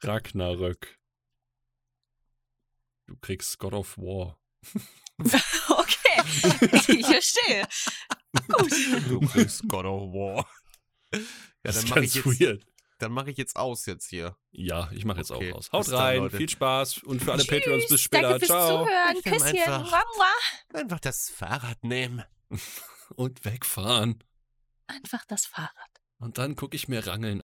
C: Ragnarök. Du kriegst God of War.
B: Okay, ich verstehe. Gut.
A: Du bist God of War. Ja, dann mache ich, jetzt-
C: weird.
A: dann mach ich jetzt aus jetzt hier.
C: Ja, ich mache jetzt
A: Okay.
C: auch aus. Haut
A: Bis dann,
C: rein,
A: Leute.
C: viel Spaß und für alle
B: Tschüss,
C: Patreons bis später.
B: Danke fürs
C: Ciao.
B: Zuhören.
A: Ich nehme
B: Küsschen.
A: einfach-
B: Mua, mua.
A: Einfach das Fahrrad nehmen.
C: Und wegfahren.
B: Einfach das Fahrrad.
C: Und dann gucke ich mir Rangeln